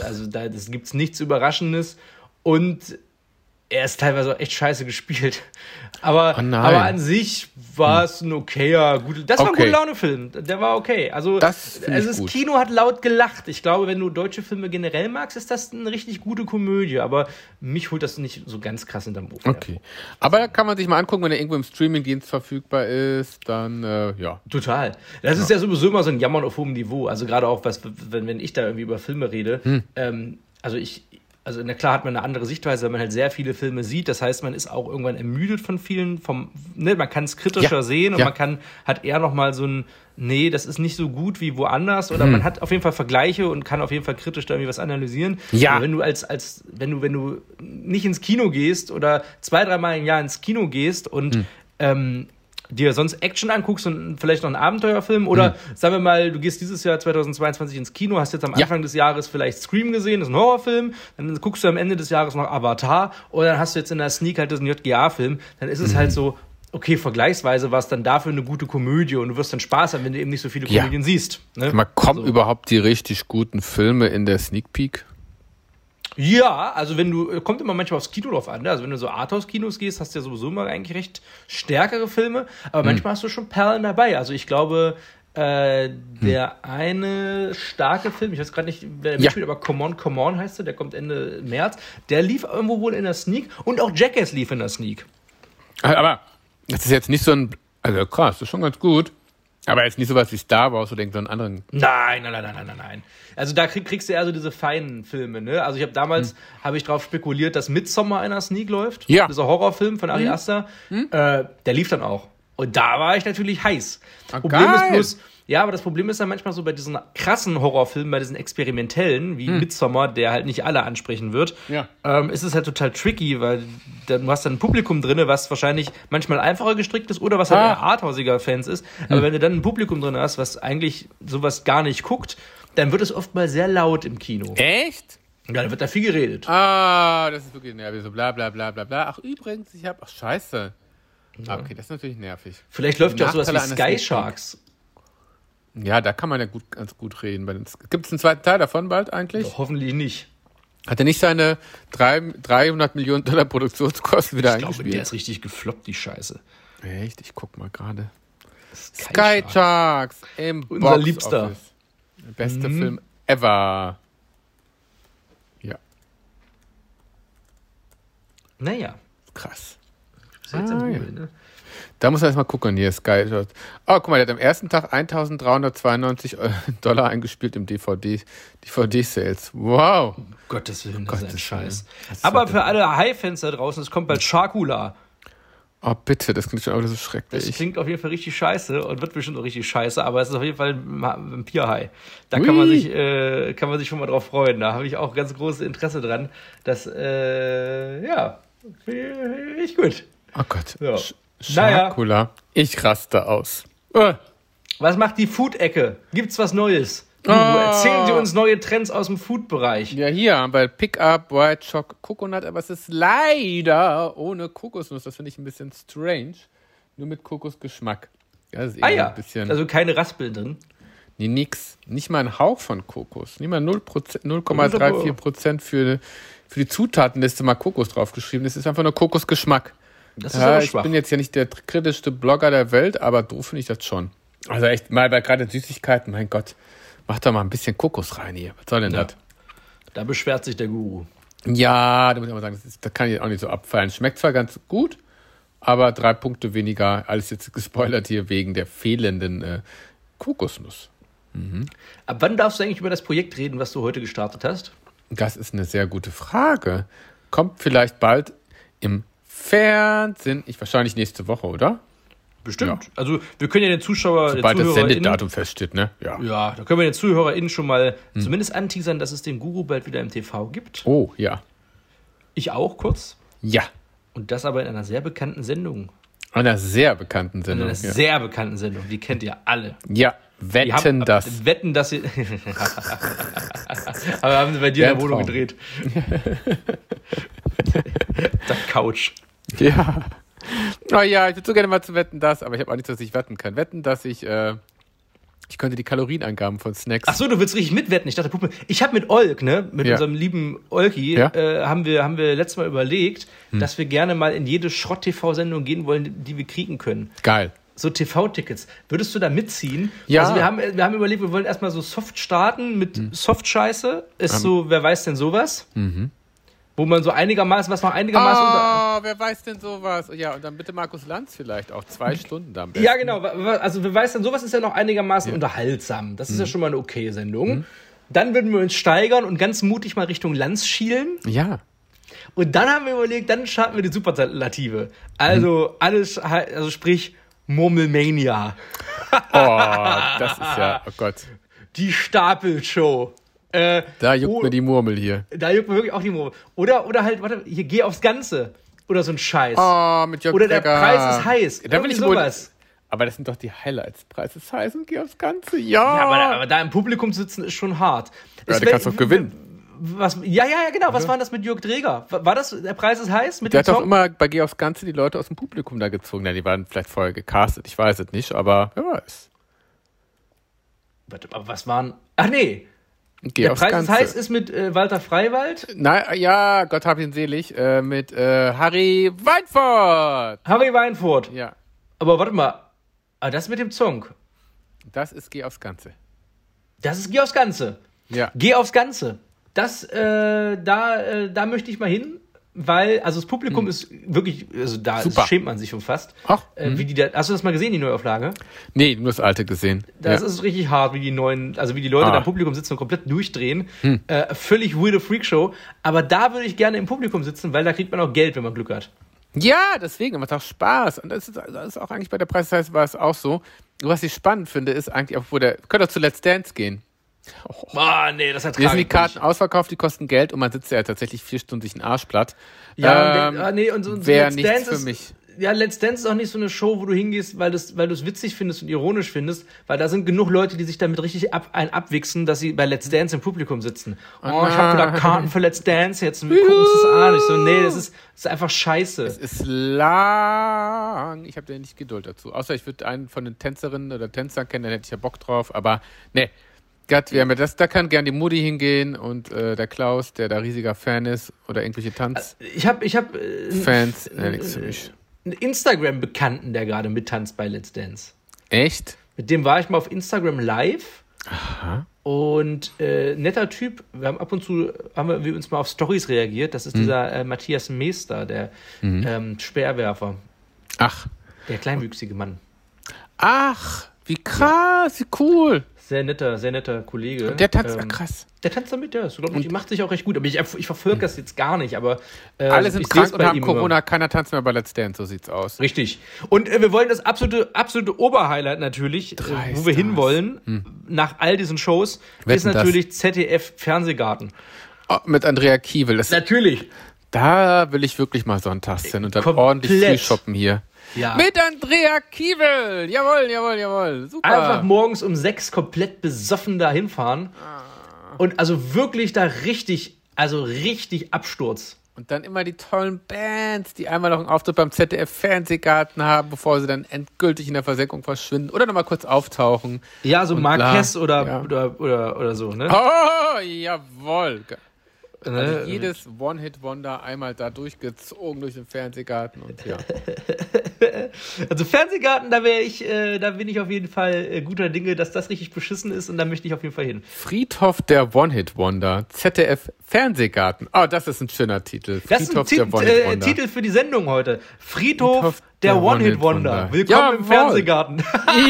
Speaker 1: also da das gibt's nichts Überraschendes und er ist teilweise auch echt scheiße gespielt. Aber,
Speaker 2: Oh nein. Hm.
Speaker 1: aber an sich war es ein okayer, gut, das war ein
Speaker 2: Okay.
Speaker 1: guter Laune-Film, der war okay. Also,
Speaker 2: Das find ich
Speaker 1: also das
Speaker 2: gut.
Speaker 1: Kino hat laut gelacht. Ich glaube, wenn du deutsche Filme generell magst, ist das eine richtig gute Komödie, aber mich holt das nicht so ganz krass hinterm Ofen.
Speaker 2: Okay. Aber da kann man sich mal angucken, wenn er irgendwo im Streamingdienst verfügbar ist, dann äh, ja.
Speaker 1: Total. Das ist ja sowieso immer so ein Jammern auf hohem Niveau. Also gerade auch, was, wenn, wenn ich da irgendwie über Filme rede.
Speaker 2: Hm.
Speaker 1: Ähm, also ich, also na klar hat man eine andere Sichtweise, weil man halt sehr viele Filme sieht. Das heißt, man ist auch irgendwann ermüdet von vielen, vom, ne, man kann es kritischer
Speaker 2: Ja.
Speaker 1: sehen und
Speaker 2: Ja.
Speaker 1: man kann, hat eher nochmal so ein, nee, das ist nicht so gut wie woanders.
Speaker 2: Hm.
Speaker 1: Oder man hat auf jeden Fall Vergleiche und kann auf jeden Fall kritisch da irgendwie was analysieren.
Speaker 2: Ja.
Speaker 1: Aber wenn du als, als, wenn du, wenn du
Speaker 2: Mhm.
Speaker 1: nicht ins Kino gehst oder zwei, dreimal im Jahr ins Kino gehst und ähm, dir sonst Action anguckst und vielleicht noch einen Abenteuerfilm
Speaker 2: Mhm.
Speaker 1: oder sagen wir mal, du gehst dieses Jahr 2022 ins Kino, hast jetzt am
Speaker 2: Ja.
Speaker 1: Anfang des Jahres vielleicht Scream gesehen, das ist ein Horrorfilm, dann guckst du am Ende des Jahres noch Avatar und dann hast du jetzt in der Sneak halt diesen JGA-Film, dann
Speaker 2: Mhm.
Speaker 1: ist es halt so, okay, vergleichsweise war es dann dafür eine gute Komödie und du wirst dann Spaß haben, wenn du eben nicht so viele
Speaker 2: Ja.
Speaker 1: Komödien siehst. Ne?
Speaker 2: Man kommen überhaupt die richtig guten Filme in der Sneak Peek?
Speaker 1: Ja, also wenn du, kommt immer manchmal aufs Kino drauf an. Ne? Also wenn du so Arthouse-Kinos gehst, hast du ja sowieso immer eigentlich recht stärkere Filme. Aber manchmal hast du schon Perlen dabei. Also ich glaube, äh, der eine starke Film, ich weiß gerade nicht, wer der
Speaker 2: Ja.
Speaker 1: mitspielt, aber Come On, Come On heißt er, der kommt Ende März. Der lief irgendwo wohl in der Sneak und auch Jackass lief in der Sneak.
Speaker 2: Äh, Aber das ist jetzt nicht so ein. Also krass, das ist schon ganz gut. Aber jetzt nicht sowas wie Star Wars oder irgendeinen anderen.
Speaker 1: Nein, nein, nein, nein, nein, nein, nein. Also da krieg, kriegst du eher so diese feinen Filme, ne? Also ich habe damals, habe ich drauf spekuliert, dass Midsommar einer Sneak läuft.
Speaker 2: Hm. Ja. Hm.
Speaker 1: Dieser Horrorfilm von Ari Aster. Äh, der lief dann auch. Und da war ich natürlich heiß. Problem ist
Speaker 2: Ah, geil.
Speaker 1: bloß, ja, aber das Problem ist dann manchmal so bei diesen krassen Horrorfilmen, bei diesen experimentellen, wie Midsommar, der halt nicht alle ansprechen wird,
Speaker 2: Hm. Ja.
Speaker 1: ähm, ist es halt total tricky, weil dann- du hast dann ein Publikum drinne, was wahrscheinlich manchmal einfacher gestrickt ist oder was halt
Speaker 2: Ah.
Speaker 1: eher arthausiger Fans ist. Aber
Speaker 2: Hm.
Speaker 1: wenn du dann ein Publikum drin hast, was eigentlich sowas gar nicht guckt, dann wird es oft mal sehr laut im Kino.
Speaker 2: Echt?
Speaker 1: Ja, dann wird da viel geredet.
Speaker 2: Ah, das ist wirklich nervig. So bla bla bla bla bla. Ach, übrigens, ich hab. Ach, scheiße. Ah, okay, das ist natürlich nervig.
Speaker 1: Vielleicht läuft ja auch sowas wie
Speaker 2: Nachteile
Speaker 1: Sky
Speaker 2: eines
Speaker 1: Sharks.
Speaker 2: Ja, da kann man ja gut, ganz gut reden. Gibt es einen zweiten Teil davon bald eigentlich?
Speaker 1: Doch, hoffentlich nicht.
Speaker 2: Hat er nicht seine drei- 300 Millionen Dollar Produktionskosten wieder
Speaker 1: Ich glaube, der
Speaker 2: eingespielt?
Speaker 1: ist richtig gefloppt, die Scheiße.
Speaker 2: Echt? Ich guck mal gerade.
Speaker 1: Sky,
Speaker 2: Sky
Speaker 1: Shark.
Speaker 2: Sharks im
Speaker 1: Unser
Speaker 2: Box
Speaker 1: Liebster. Mhm.
Speaker 2: Office. Der beste Film ever. Ja,
Speaker 1: Naja,
Speaker 2: krass.
Speaker 1: ist jetzt
Speaker 2: Ah,
Speaker 1: am
Speaker 2: ja.
Speaker 1: Google, ne?
Speaker 2: Da muss man erstmal gucken, hier Sky Sharks. Oh, guck mal, der hat am ersten Tag 1392 Dollar eingespielt im DVD, DVD-Sales. Wow.
Speaker 1: Um Gottes Willen, das ist ein
Speaker 2: Gottes
Speaker 1: Scheiß.
Speaker 2: Willen. Das
Speaker 1: Aber
Speaker 2: sollte-
Speaker 1: für alle High-Fans da draußen, es kommt bald Sharkula.
Speaker 2: Oh, bitte, das klingt schon aber so
Speaker 1: Das
Speaker 2: schrecklich.
Speaker 1: klingt auf jeden Fall richtig scheiße und wird bestimmt auch richtig scheiße, aber es ist auf jeden Fall ein Ma- Vampir-High. Da kann man,
Speaker 2: Ui.
Speaker 1: sich, äh, kann man sich schon mal drauf freuen. Da habe ich auch ganz großes Interesse dran. Das, äh, ja, finde ich gut.
Speaker 2: Oh Gott.
Speaker 1: Ja.
Speaker 2: Sch
Speaker 1: Naja.
Speaker 2: Scharkula. Ich raste aus. Äh.
Speaker 1: Was macht die Food-Ecke? Gibt's was Neues? Uh,
Speaker 2: Ah.
Speaker 1: Erzählen Sie uns neue Trends aus dem Food-Bereich.
Speaker 2: Ja, hier haben wir Pickup White Choc Coconut, aber es ist leider ohne Kokosnuss. Das finde ich ein bisschen strange. Nur mit Kokosgeschmack. Ja, Das ist
Speaker 1: Ah
Speaker 2: eher
Speaker 1: ja,
Speaker 2: ein bisschen.
Speaker 1: also keine Raspeln drin.
Speaker 2: nee, nix. Nicht mal ein Hauch von Kokos. Nicht mal 0%, 0,34 Prozent für, für die Zutatenliste mal Kokos draufgeschrieben. Das ist einfach nur Kokosgeschmack.
Speaker 1: Das ist
Speaker 2: Ja,
Speaker 1: aber
Speaker 2: ich
Speaker 1: schwach.
Speaker 2: bin jetzt ja nicht der kritischste Blogger der Welt, aber doof finde ich das schon. Also echt, mal bei gerade Süßigkeiten, mein Gott, mach doch mal ein bisschen Kokos rein hier. Was soll denn
Speaker 1: Ja.
Speaker 2: das?
Speaker 1: Da beschwert sich der Guru.
Speaker 2: Ja, da muss ich mal sagen, das, ist, das kann ich auch nicht so abfallen. Schmeckt zwar ganz gut, aber drei Punkte weniger. Alles jetzt gespoilert hier wegen der fehlenden äh, Kokosnuss.
Speaker 1: Ab wann darfst du eigentlich über das Projekt reden, was du heute gestartet hast?
Speaker 2: Das ist eine sehr gute Frage. Kommt vielleicht bald im Fernsehen. Ich wahrscheinlich nächste Woche, oder?
Speaker 1: Bestimmt. Also wir können ja den Zuschauer, den
Speaker 2: Sobald das
Speaker 1: ZuhörerInnen-
Speaker 2: Sendedatum feststeht, ne? Ja.
Speaker 1: Ja, da können wir den ZuhörerInnen schon mal
Speaker 2: Hm.
Speaker 1: zumindest anteasern, dass es den Guru bald wieder im TV gibt.
Speaker 2: Oh, ja.
Speaker 1: Ich auch kurz.
Speaker 2: Ja.
Speaker 1: Und das aber in einer sehr bekannten Sendung.
Speaker 2: Einer sehr bekannten
Speaker 1: In
Speaker 2: Sendung.
Speaker 1: einer
Speaker 2: Ja.
Speaker 1: sehr bekannten Sendung. Die kennt ihr alle.
Speaker 2: ja,
Speaker 1: Die
Speaker 2: wetten
Speaker 1: haben- äh,
Speaker 2: das.
Speaker 1: Wetten, dass sie. aber haben sie bei dir
Speaker 2: Der
Speaker 1: in der Wohnung
Speaker 2: Traum.
Speaker 1: gedreht. Der Couch.
Speaker 2: Ja. Oh ja, ich würde so gerne mal zu wetten, dass, aber ich habe auch nichts, dass ich wetten kann. Wetten, dass ich, äh, ich könnte die Kalorienangaben von Snacks.
Speaker 1: Ach so, du willst richtig mitwetten. Ich dachte, Puppe. Ich habe mit Olk, ne, mit
Speaker 2: Ja.
Speaker 1: unserem lieben Olki,
Speaker 2: Ja. Hm.
Speaker 1: äh, haben wir haben wir letztes Mal überlegt, dass wir gerne mal in jede Schrott-TV-Sendung gehen wollen, die wir kriegen können.
Speaker 2: Geil.
Speaker 1: so TV-Tickets. Würdest du da mitziehen?
Speaker 2: Ja. Mhm.
Speaker 1: Also wir haben, wir haben überlegt, wir wollen erstmal so soft starten mit Soft-Scheiße. Ist
Speaker 2: Ähm.
Speaker 1: so, wer weiß denn sowas? Wo man so einigermaßen, was man einigermaßen unter.
Speaker 2: Ah, wer weiß denn sowas? Oh Ja, und dann bitte Markus Lanz vielleicht auch. Zwei Stunden dann.
Speaker 1: Ja, genau. wa- wa- Also, wer weiß denn sowas, ist ja noch einigermaßen unterhaltsam. Das
Speaker 2: Mhm.
Speaker 1: ist ja schon mal eine okay Sendung. Dann würden wir uns steigern und ganz mutig mal Richtung Lanz schielen.
Speaker 2: Ja.
Speaker 1: Und dann haben wir überlegt, dann starten wir die Superlative.
Speaker 2: Mhm.
Speaker 1: Also, alles, also sprich, Murmelmania.
Speaker 2: Oh, das ist ja, oh Gott.
Speaker 1: Die Stapelshow. Äh,
Speaker 2: Da juckt
Speaker 1: oh,
Speaker 2: mir die Murmel hier.
Speaker 1: Da juckt mir wirklich auch die Murmel. Oder, oder halt, warte, hier geh aufs Ganze. Oder so ein Scheiß.
Speaker 2: Oh, mit Jörg
Speaker 1: Oder der
Speaker 2: Brecker.
Speaker 1: Preis ist heiß.
Speaker 2: Da will
Speaker 1: Irgendwie
Speaker 2: ich wohl,
Speaker 1: sowas.
Speaker 2: Aber das sind doch die Highlights. Preis ist heiß und geh aufs ganze Jahr.
Speaker 1: Ja, aber da, aber da im Publikum sitzen ist schon hart.
Speaker 2: Ja,
Speaker 1: Es
Speaker 2: du
Speaker 1: wär-
Speaker 2: kannst doch gewinnen.
Speaker 1: Was, ja, ja, ja, genau. Was war denn das mit Jörg Dreger? War das, der Preis ist heiß mit
Speaker 2: Der
Speaker 1: dem
Speaker 2: hat doch
Speaker 1: Song?
Speaker 2: immer bei Geh aufs Ganze die Leute aus dem Publikum da gezogen. Ja, die waren vielleicht vorher gecastet, ich weiß es nicht, aber wer weiß.
Speaker 1: Warte, aber was waren. Ach nee,
Speaker 2: Geh
Speaker 1: der
Speaker 2: aufs
Speaker 1: Preis ist
Speaker 2: Ganze.
Speaker 1: heiß ist mit äh, Walter Freiwald,
Speaker 2: Na, ja, Gott hab ihn selig, äh, mit äh, Harry Weinfurt.
Speaker 1: Harry Weinfurt.
Speaker 2: Ja,
Speaker 1: Aber warte mal, ah, das mit dem Song.
Speaker 2: das ist Geh aufs Ganze.
Speaker 1: Das ist Geh aufs Ganze.
Speaker 2: Ja,
Speaker 1: Geh aufs Ganze. Das, äh, da, äh, da möchte ich mal hin, weil, also das Publikum ist wirklich, also da
Speaker 2: Hm. Super.
Speaker 1: schämt man sich schon fast.
Speaker 2: Ach, hm.
Speaker 1: Äh, wie die da, hast du das mal gesehen, die Neuauflage?
Speaker 2: nee, nur das alte gesehen.
Speaker 1: Das
Speaker 2: ja.
Speaker 1: ist richtig hart, wie die neuen, also wie die Leute
Speaker 2: Ah. Hm.
Speaker 1: da im Publikum sitzen und komplett durchdrehen. Äh, völlig weirde Freakshow. Aber da würde ich gerne im Publikum sitzen, weil da kriegt man auch Geld, wenn man Glück hat.
Speaker 2: Ja, deswegen macht auch Spaß. Und das ist, das ist auch eigentlich bei der Preisreise war es auch so. Was ich spannend finde, ist eigentlich, obwohl der, könnte auch zu Let's Dance gehen.
Speaker 1: Ah, nee, das hat
Speaker 2: Hier sind die Karten ausverkauft, die kosten Geld und man sitzt ja tatsächlich vier Stunden sich einen Arsch platt.
Speaker 1: Ja,
Speaker 2: Ähm,
Speaker 1: und, der- ah, nee, und, so- und so
Speaker 2: wär nichts für
Speaker 1: ist,
Speaker 2: mich.
Speaker 1: Ja, Let's Dance ist auch nicht so eine Show, wo du hingehst, weil, das, weil du es witzig findest und ironisch findest, weil da sind genug Leute, die sich damit richtig ab, ein abwichsen, dass sie bei Let's Dance im Publikum sitzen.
Speaker 2: Ah.
Speaker 1: Oh, ich habe gedacht, Karten für Let's Dance, jetzt gucken wir uns das an. Ich so, nee, das ist, das ist einfach scheiße.
Speaker 2: ist lang. Ich habe da nicht Geduld dazu. Außer ich würde einen von den Tänzerinnen oder Tänzern kennen, dann hätte ich ja Bock drauf. Aber nee, Gott, wir haben ja das, da kann gern die Mutti hingehen und äh, der Klaus, der da riesiger Fan ist oder irgendwelche Tanzfans.
Speaker 1: Ich habe ich hab, äh,
Speaker 2: nee, nichts für mich.
Speaker 1: einen Instagram-Bekannten, der gerade mittanzt bei Let's Dance.
Speaker 2: Echt?
Speaker 1: Mit dem war ich mal auf Instagram live. Und äh, netter Typ, wir haben ab und zu, haben wir, wir uns mal auf Stories reagiert. Das ist
Speaker 2: Mhm.
Speaker 1: dieser äh, Matthias Meester, der ähm, Speerwerfer,
Speaker 2: Ach.
Speaker 1: der kleinwüchsige Mann.
Speaker 2: Ach, wie krass, wie cool.
Speaker 1: Sehr netter, sehr netter Kollege.
Speaker 2: Der tanzt,
Speaker 1: Ähm,
Speaker 2: ach krass.
Speaker 1: Der tanzt damit, ja. Ich glaube, die macht sich auch recht gut. Aber ich, ich verfolge das jetzt gar nicht. Aber äh,
Speaker 2: Alle sind
Speaker 1: ich seh's
Speaker 2: krank und
Speaker 1: bei
Speaker 2: haben
Speaker 1: ihm immer.
Speaker 2: Corona, keiner tanzt mehr bei Let's Dance, so sieht's aus.
Speaker 1: Richtig. Und äh, wir wollen das absolute, absolute Oberhighlight natürlich, äh,
Speaker 2: Drei
Speaker 1: wo wir
Speaker 2: Stars.
Speaker 1: hinwollen, nach all diesen Shows, ist
Speaker 2: Hm. Wetten, dass-
Speaker 1: natürlich ZDF Fernsehgarten.
Speaker 2: Oh, mit Andrea Kiewel, das,
Speaker 1: Natürlich.
Speaker 2: da will ich wirklich mal sonntags hin und dann
Speaker 1: Komplett. Ah.
Speaker 2: ordentlich früh shoppen hier.
Speaker 1: Ja.
Speaker 2: Mit Andrea Kiewel, jawohl, jawohl, jawohl, super.
Speaker 1: Einfach morgens um sechs komplett besoffen da hinfahren. Und also wirklich da richtig, also richtig Absturz.
Speaker 2: und dann immer die tollen Bands, die einmal noch einen Auftritt beim ZDF Fernsehgarten haben, bevor sie dann endgültig in der Versenkung verschwinden oder nochmal kurz auftauchen.
Speaker 1: Ja, so Marquez
Speaker 2: klar,
Speaker 1: oder,
Speaker 2: ja.
Speaker 1: oder, oder, oder so, ne?
Speaker 2: Oh, jawohl. Ge-
Speaker 1: Ne?
Speaker 2: Also jedes One-Hit-Wonder einmal da durchgezogen durch den Fernsehgarten und ja.
Speaker 1: Also Fernsehgarten, da wäre ich, äh, da bin ich auf jeden Fall äh, guter Dinge, dass das richtig beschissen ist und da möchte ich auf jeden Fall hin.
Speaker 2: Friedhof der One-Hit-Wonder, ZDF Fernsehgarten. Oh, das ist ein schöner Titel.
Speaker 1: Das ist ein
Speaker 2: Friedhof
Speaker 1: Tit äh, Titel für die Sendung heute. Friedhof,
Speaker 2: Friedhof
Speaker 1: der,
Speaker 2: der
Speaker 1: One-Hit-Wonder.
Speaker 2: One-Hit-Wonder.
Speaker 1: Willkommen im
Speaker 2: Jawohl.
Speaker 1: Fernsehgarten.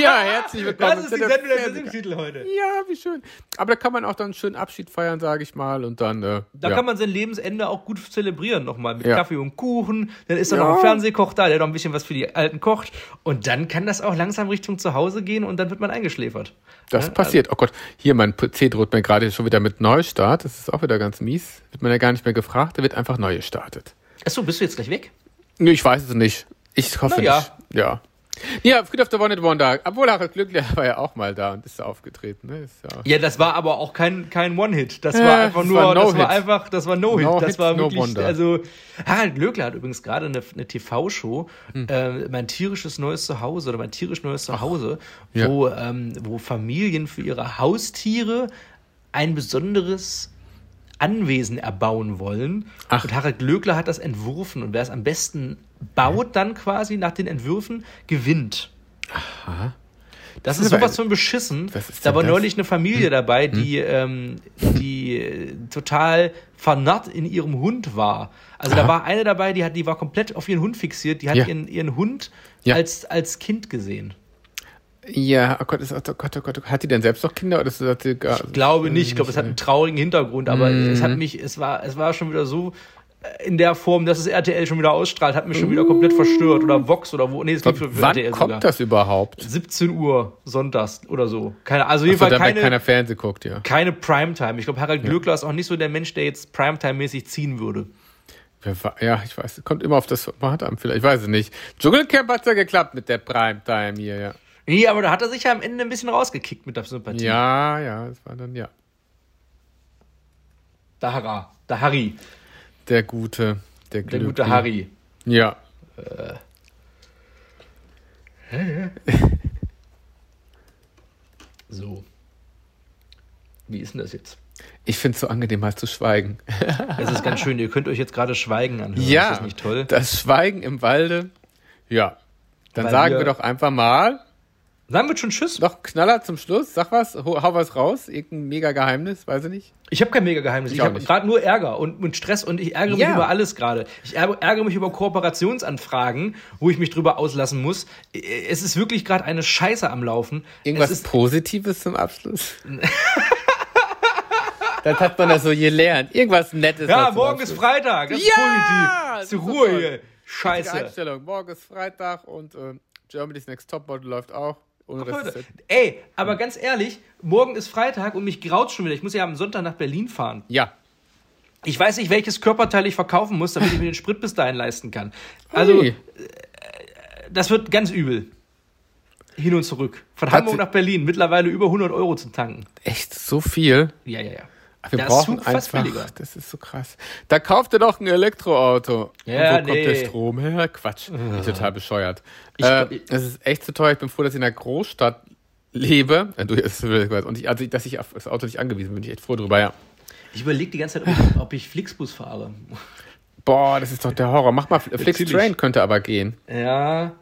Speaker 2: Ja, herzlich willkommen.
Speaker 1: Das ist
Speaker 2: im
Speaker 1: die
Speaker 2: ZDF
Speaker 1: Sendung, der
Speaker 2: Fernsehgarten.
Speaker 1: Sendungstitel heute.
Speaker 2: Ja, wie schön. Aber da kann man auch dann einen schönen Abschied feiern, sage ich mal. Und dann, äh,
Speaker 1: Da
Speaker 2: ja.
Speaker 1: kann man sein Lebensende auch gut zelebrieren nochmal mit
Speaker 2: Ja.
Speaker 1: Kaffee und Kuchen. Dann ist da
Speaker 2: Ja.
Speaker 1: noch ein Fernsehkoch da, der noch ein bisschen was für die Alten kocht. Und dann kann das auch langsam Richtung zu Hause gehen und dann wird man eingeschläfert.
Speaker 2: das
Speaker 1: also
Speaker 2: passiert. Oh Gott, hier mein PC droht mir gerade schon wieder mit Neustart. Das ist auch wieder ganz mies. Wird man ja gar nicht mehr gefragt. Da wird einfach neu gestartet.
Speaker 1: Achso, bist du jetzt gleich weg?
Speaker 2: Nee, ich weiß es nicht. Ich hoffe
Speaker 1: Na ja.
Speaker 2: nicht. Ja. Ja, Friedhof der One and Wonder. Obwohl Harald Glückler war ja auch mal da und ist da aufgetreten. Ne? Ist ja
Speaker 1: Ja, das war aber auch kein, kein One-Hit. Das
Speaker 2: Ja,
Speaker 1: war einfach
Speaker 2: das
Speaker 1: nur,
Speaker 2: war
Speaker 1: das
Speaker 2: No-Hit.
Speaker 1: war einfach, das war No-Hit.
Speaker 2: No
Speaker 1: das
Speaker 2: hit,
Speaker 1: war
Speaker 2: no
Speaker 1: wirklich,
Speaker 2: wonder.
Speaker 1: also, Harald Glöckler hat übrigens gerade eine, eine TV-Show,
Speaker 2: Hm.
Speaker 1: äh, mein tierisches neues Zuhause oder mein tierisch neues Zuhause,
Speaker 2: Ja.
Speaker 1: wo, ähm, wo Familien für ihre Haustiere ein besonderes Anwesen erbauen wollen.
Speaker 2: Ach.
Speaker 1: Und Harald Glöckler hat das entworfen und wer es am besten baut, dann quasi nach den Entwürfen, gewinnt. Das ist
Speaker 2: ist aber-
Speaker 1: sowas von beschissen.
Speaker 2: Was ist
Speaker 1: da
Speaker 2: denn
Speaker 1: war
Speaker 2: das?
Speaker 1: neulich eine Familie
Speaker 2: Mhm.
Speaker 1: dabei, die, ähm, die äh, total vernarrt in ihrem Hund war. Also da
Speaker 2: Aha.
Speaker 1: war eine dabei, die, hat, die war komplett auf ihren Hund fixiert. Die hat
Speaker 2: Ja.
Speaker 1: ihren, ihren Hund
Speaker 2: Ja.
Speaker 1: als, als Kind gesehen.
Speaker 2: Ja, oh Gott, ist, oh Gott, oh Gott, oh Gott. Hat die denn selbst noch Kinder oder ist das sie gar,
Speaker 1: Ich glaube nicht. Ich glaube, es hat einen traurigen Hintergrund, aber
Speaker 2: Mhm.
Speaker 1: es hat mich, es war, es war schon wieder so äh, in der Form, dass es RTL schon wieder ausstrahlt, hat mich schon wieder komplett verstört. Oder Vox oder wo. Nee, es lief für für
Speaker 2: Mhm. Wann
Speaker 1: RTL
Speaker 2: kommt
Speaker 1: sogar.
Speaker 2: das überhaupt?
Speaker 1: 17 Uhr sonntags oder so. Keine, also
Speaker 2: So,
Speaker 1: jedenfalls
Speaker 2: dabei
Speaker 1: keine,
Speaker 2: keiner Fernseh guckt, ja.
Speaker 1: keine Primetime. Ich glaube, Harald Glöckler ist auch nicht so der Mensch, der jetzt Primetime-mäßig ziehen würde.
Speaker 2: Wer war, ja, ich weiß, kommt immer auf das Format an, vielleicht, ich weiß es nicht. Dschungelcamp hat's ja geklappt mit der Primetime hier, ja.
Speaker 1: Nee, aber da hat er sich ja am Ende ein bisschen rausgekickt mit der Sympathie.
Speaker 2: Ja, ja, das war dann, ja.
Speaker 1: Der Harra, der Harry,
Speaker 2: Der gute, der,
Speaker 1: der
Speaker 2: Glückli.
Speaker 1: gute Harry.
Speaker 2: Ja.
Speaker 1: So. Wie ist denn das jetzt?
Speaker 2: Ich find's so angenehm, mal zu schweigen.
Speaker 1: Es ist ganz schön, ihr könnt euch jetzt gerade schweigen anhören.
Speaker 2: Ja,
Speaker 1: Ist das nicht toll?
Speaker 2: das Schweigen im Walde. Ja. Dann
Speaker 1: Weil
Speaker 2: sagen
Speaker 1: wir-
Speaker 2: wir doch einfach mal,
Speaker 1: Sagen wir schon Tschüss.
Speaker 2: noch Knaller zum Schluss, sag was, hau hau was raus, irgendein mega Geheimnis, weiß ich nicht.
Speaker 1: Ich habe kein mega Geheimnis. Ich,
Speaker 2: auch
Speaker 1: habe
Speaker 2: nicht.
Speaker 1: gerade nur Ärger und, und Stress und ich ärgere mich
Speaker 2: Ja.
Speaker 1: über alles gerade. Ich ärg- ärgere mich über Kooperationsanfragen, wo ich mich drüber auslassen muss. Äh, Es ist wirklich gerade eine Scheiße am Laufen.
Speaker 2: Irgendwas
Speaker 1: Es ist,
Speaker 2: Positives zum Abschluss. das hat man das so gelernt. Irgendwas Nettes.
Speaker 1: ja,
Speaker 2: noch zum
Speaker 1: morgen ist
Speaker 2: Abschluss.
Speaker 1: Freitag. Das ist
Speaker 2: Ja,
Speaker 1: positiv.
Speaker 2: das
Speaker 1: Zur
Speaker 2: ist
Speaker 1: Ruhe
Speaker 2: toll.
Speaker 1: hier.
Speaker 2: Richtige
Speaker 1: Scheiße.
Speaker 2: Einstellung. Morgen ist Freitag und ähm, Germany's Next Topmodel läuft auch. Ohne dass
Speaker 1: Leute,
Speaker 2: es-
Speaker 1: ey, aber ganz ehrlich, morgen ist Freitag und mich graut schon wieder. Ich muss ja am Sonntag nach Berlin fahren.
Speaker 2: ja,
Speaker 1: Ich weiß nicht, welches Körperteil ich verkaufen muss, damit ich mir den Sprit bis dahin leisten kann. Also,
Speaker 2: Hey.
Speaker 1: das wird ganz übel. Hin und zurück. Von
Speaker 2: Hat
Speaker 1: Hamburg
Speaker 2: sie-
Speaker 1: nach Berlin. Mittlerweile über 100 Euro zum Tanken.
Speaker 2: echt so viel.
Speaker 1: Ja, ja, ja.
Speaker 2: Wir
Speaker 1: Da ist
Speaker 2: brauchen
Speaker 1: Zug fast billiger.
Speaker 2: einfach. Das ist so krass. Da kauft ihr doch ein Elektroauto.
Speaker 1: Ja,
Speaker 2: und wo kommt der
Speaker 1: nee.
Speaker 2: Strom her? Quatsch. Bin total bescheuert.
Speaker 1: Ich-
Speaker 2: äh, das ist echt zu teuer. Ich bin froh, dass ich in einer Großstadt lebe. Äh, Du, das will ich weiß. Und ich, also, dass ich auf das Auto nicht angewiesen bin, bin ich echt froh drüber, ja.
Speaker 1: Ich überlege die ganze Zeit, ob ich, ob ich Flixbus fahre.
Speaker 2: Boah, das ist doch der Horror. Mach mal Flixtrain könnte aber gehen.
Speaker 1: Ja.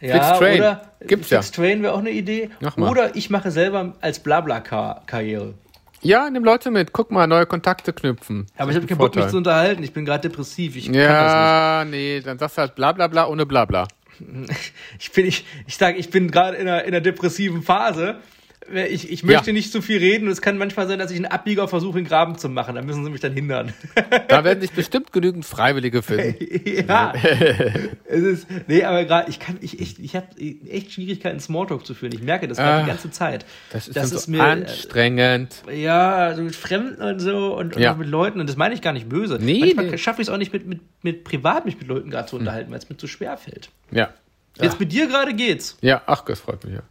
Speaker 1: Ja,
Speaker 2: Flixtrain.
Speaker 1: oder
Speaker 2: Gibt's ja.
Speaker 1: Flixtrain wäre auch eine Idee.
Speaker 2: Mach mal.
Speaker 1: Oder ich mache selber als Blabla-Karriere.
Speaker 2: Ja, nimm Leute mit. Guck mal, neue Kontakte knüpfen.
Speaker 1: Aber ich habe keinen Bock,
Speaker 2: Vorteil.
Speaker 1: mich zu unterhalten. Ich bin gerade depressiv. Ich kann das nicht.
Speaker 2: Ja, nee, dann sagst du halt bla bla bla ohne bla bla.
Speaker 1: Ich bin, ich, ich sage, ich bin gerade in einer, in einer depressiven Phase. Ich, ich möchte
Speaker 2: Ja.
Speaker 1: nicht zu viel reden und es kann manchmal sein, dass ich einen Abbieger versuche, in den Graben zu machen. Da müssen sie mich dann hindern.
Speaker 2: Da werden sich bestimmt genügend Freiwillige finden.
Speaker 1: ja. es ist, nee, aber gerade, ich kann, ich, ich, ich habe echt Schwierigkeiten, Smalltalk zu führen. Ich merke das gerade
Speaker 2: Ah.
Speaker 1: die ganze Zeit.
Speaker 2: Das ist,
Speaker 1: Das
Speaker 2: dann
Speaker 1: ist
Speaker 2: so
Speaker 1: mir- äh,
Speaker 2: anstrengend.
Speaker 1: Ja, so mit Fremden und so und, und
Speaker 2: Ja.
Speaker 1: auch mit Leuten. Und das meine ich gar nicht böse.
Speaker 2: Nee,
Speaker 1: Manchmal
Speaker 2: nee. Hm.
Speaker 1: schaffe ich es auch nicht, mit, mit, mit privat mich mit Leuten gerade zu unterhalten, weil es mir zu schwer fällt.
Speaker 2: Ja.
Speaker 1: Jetzt mit dir gerade geht's.
Speaker 2: Ja, ach, das freut mich ja.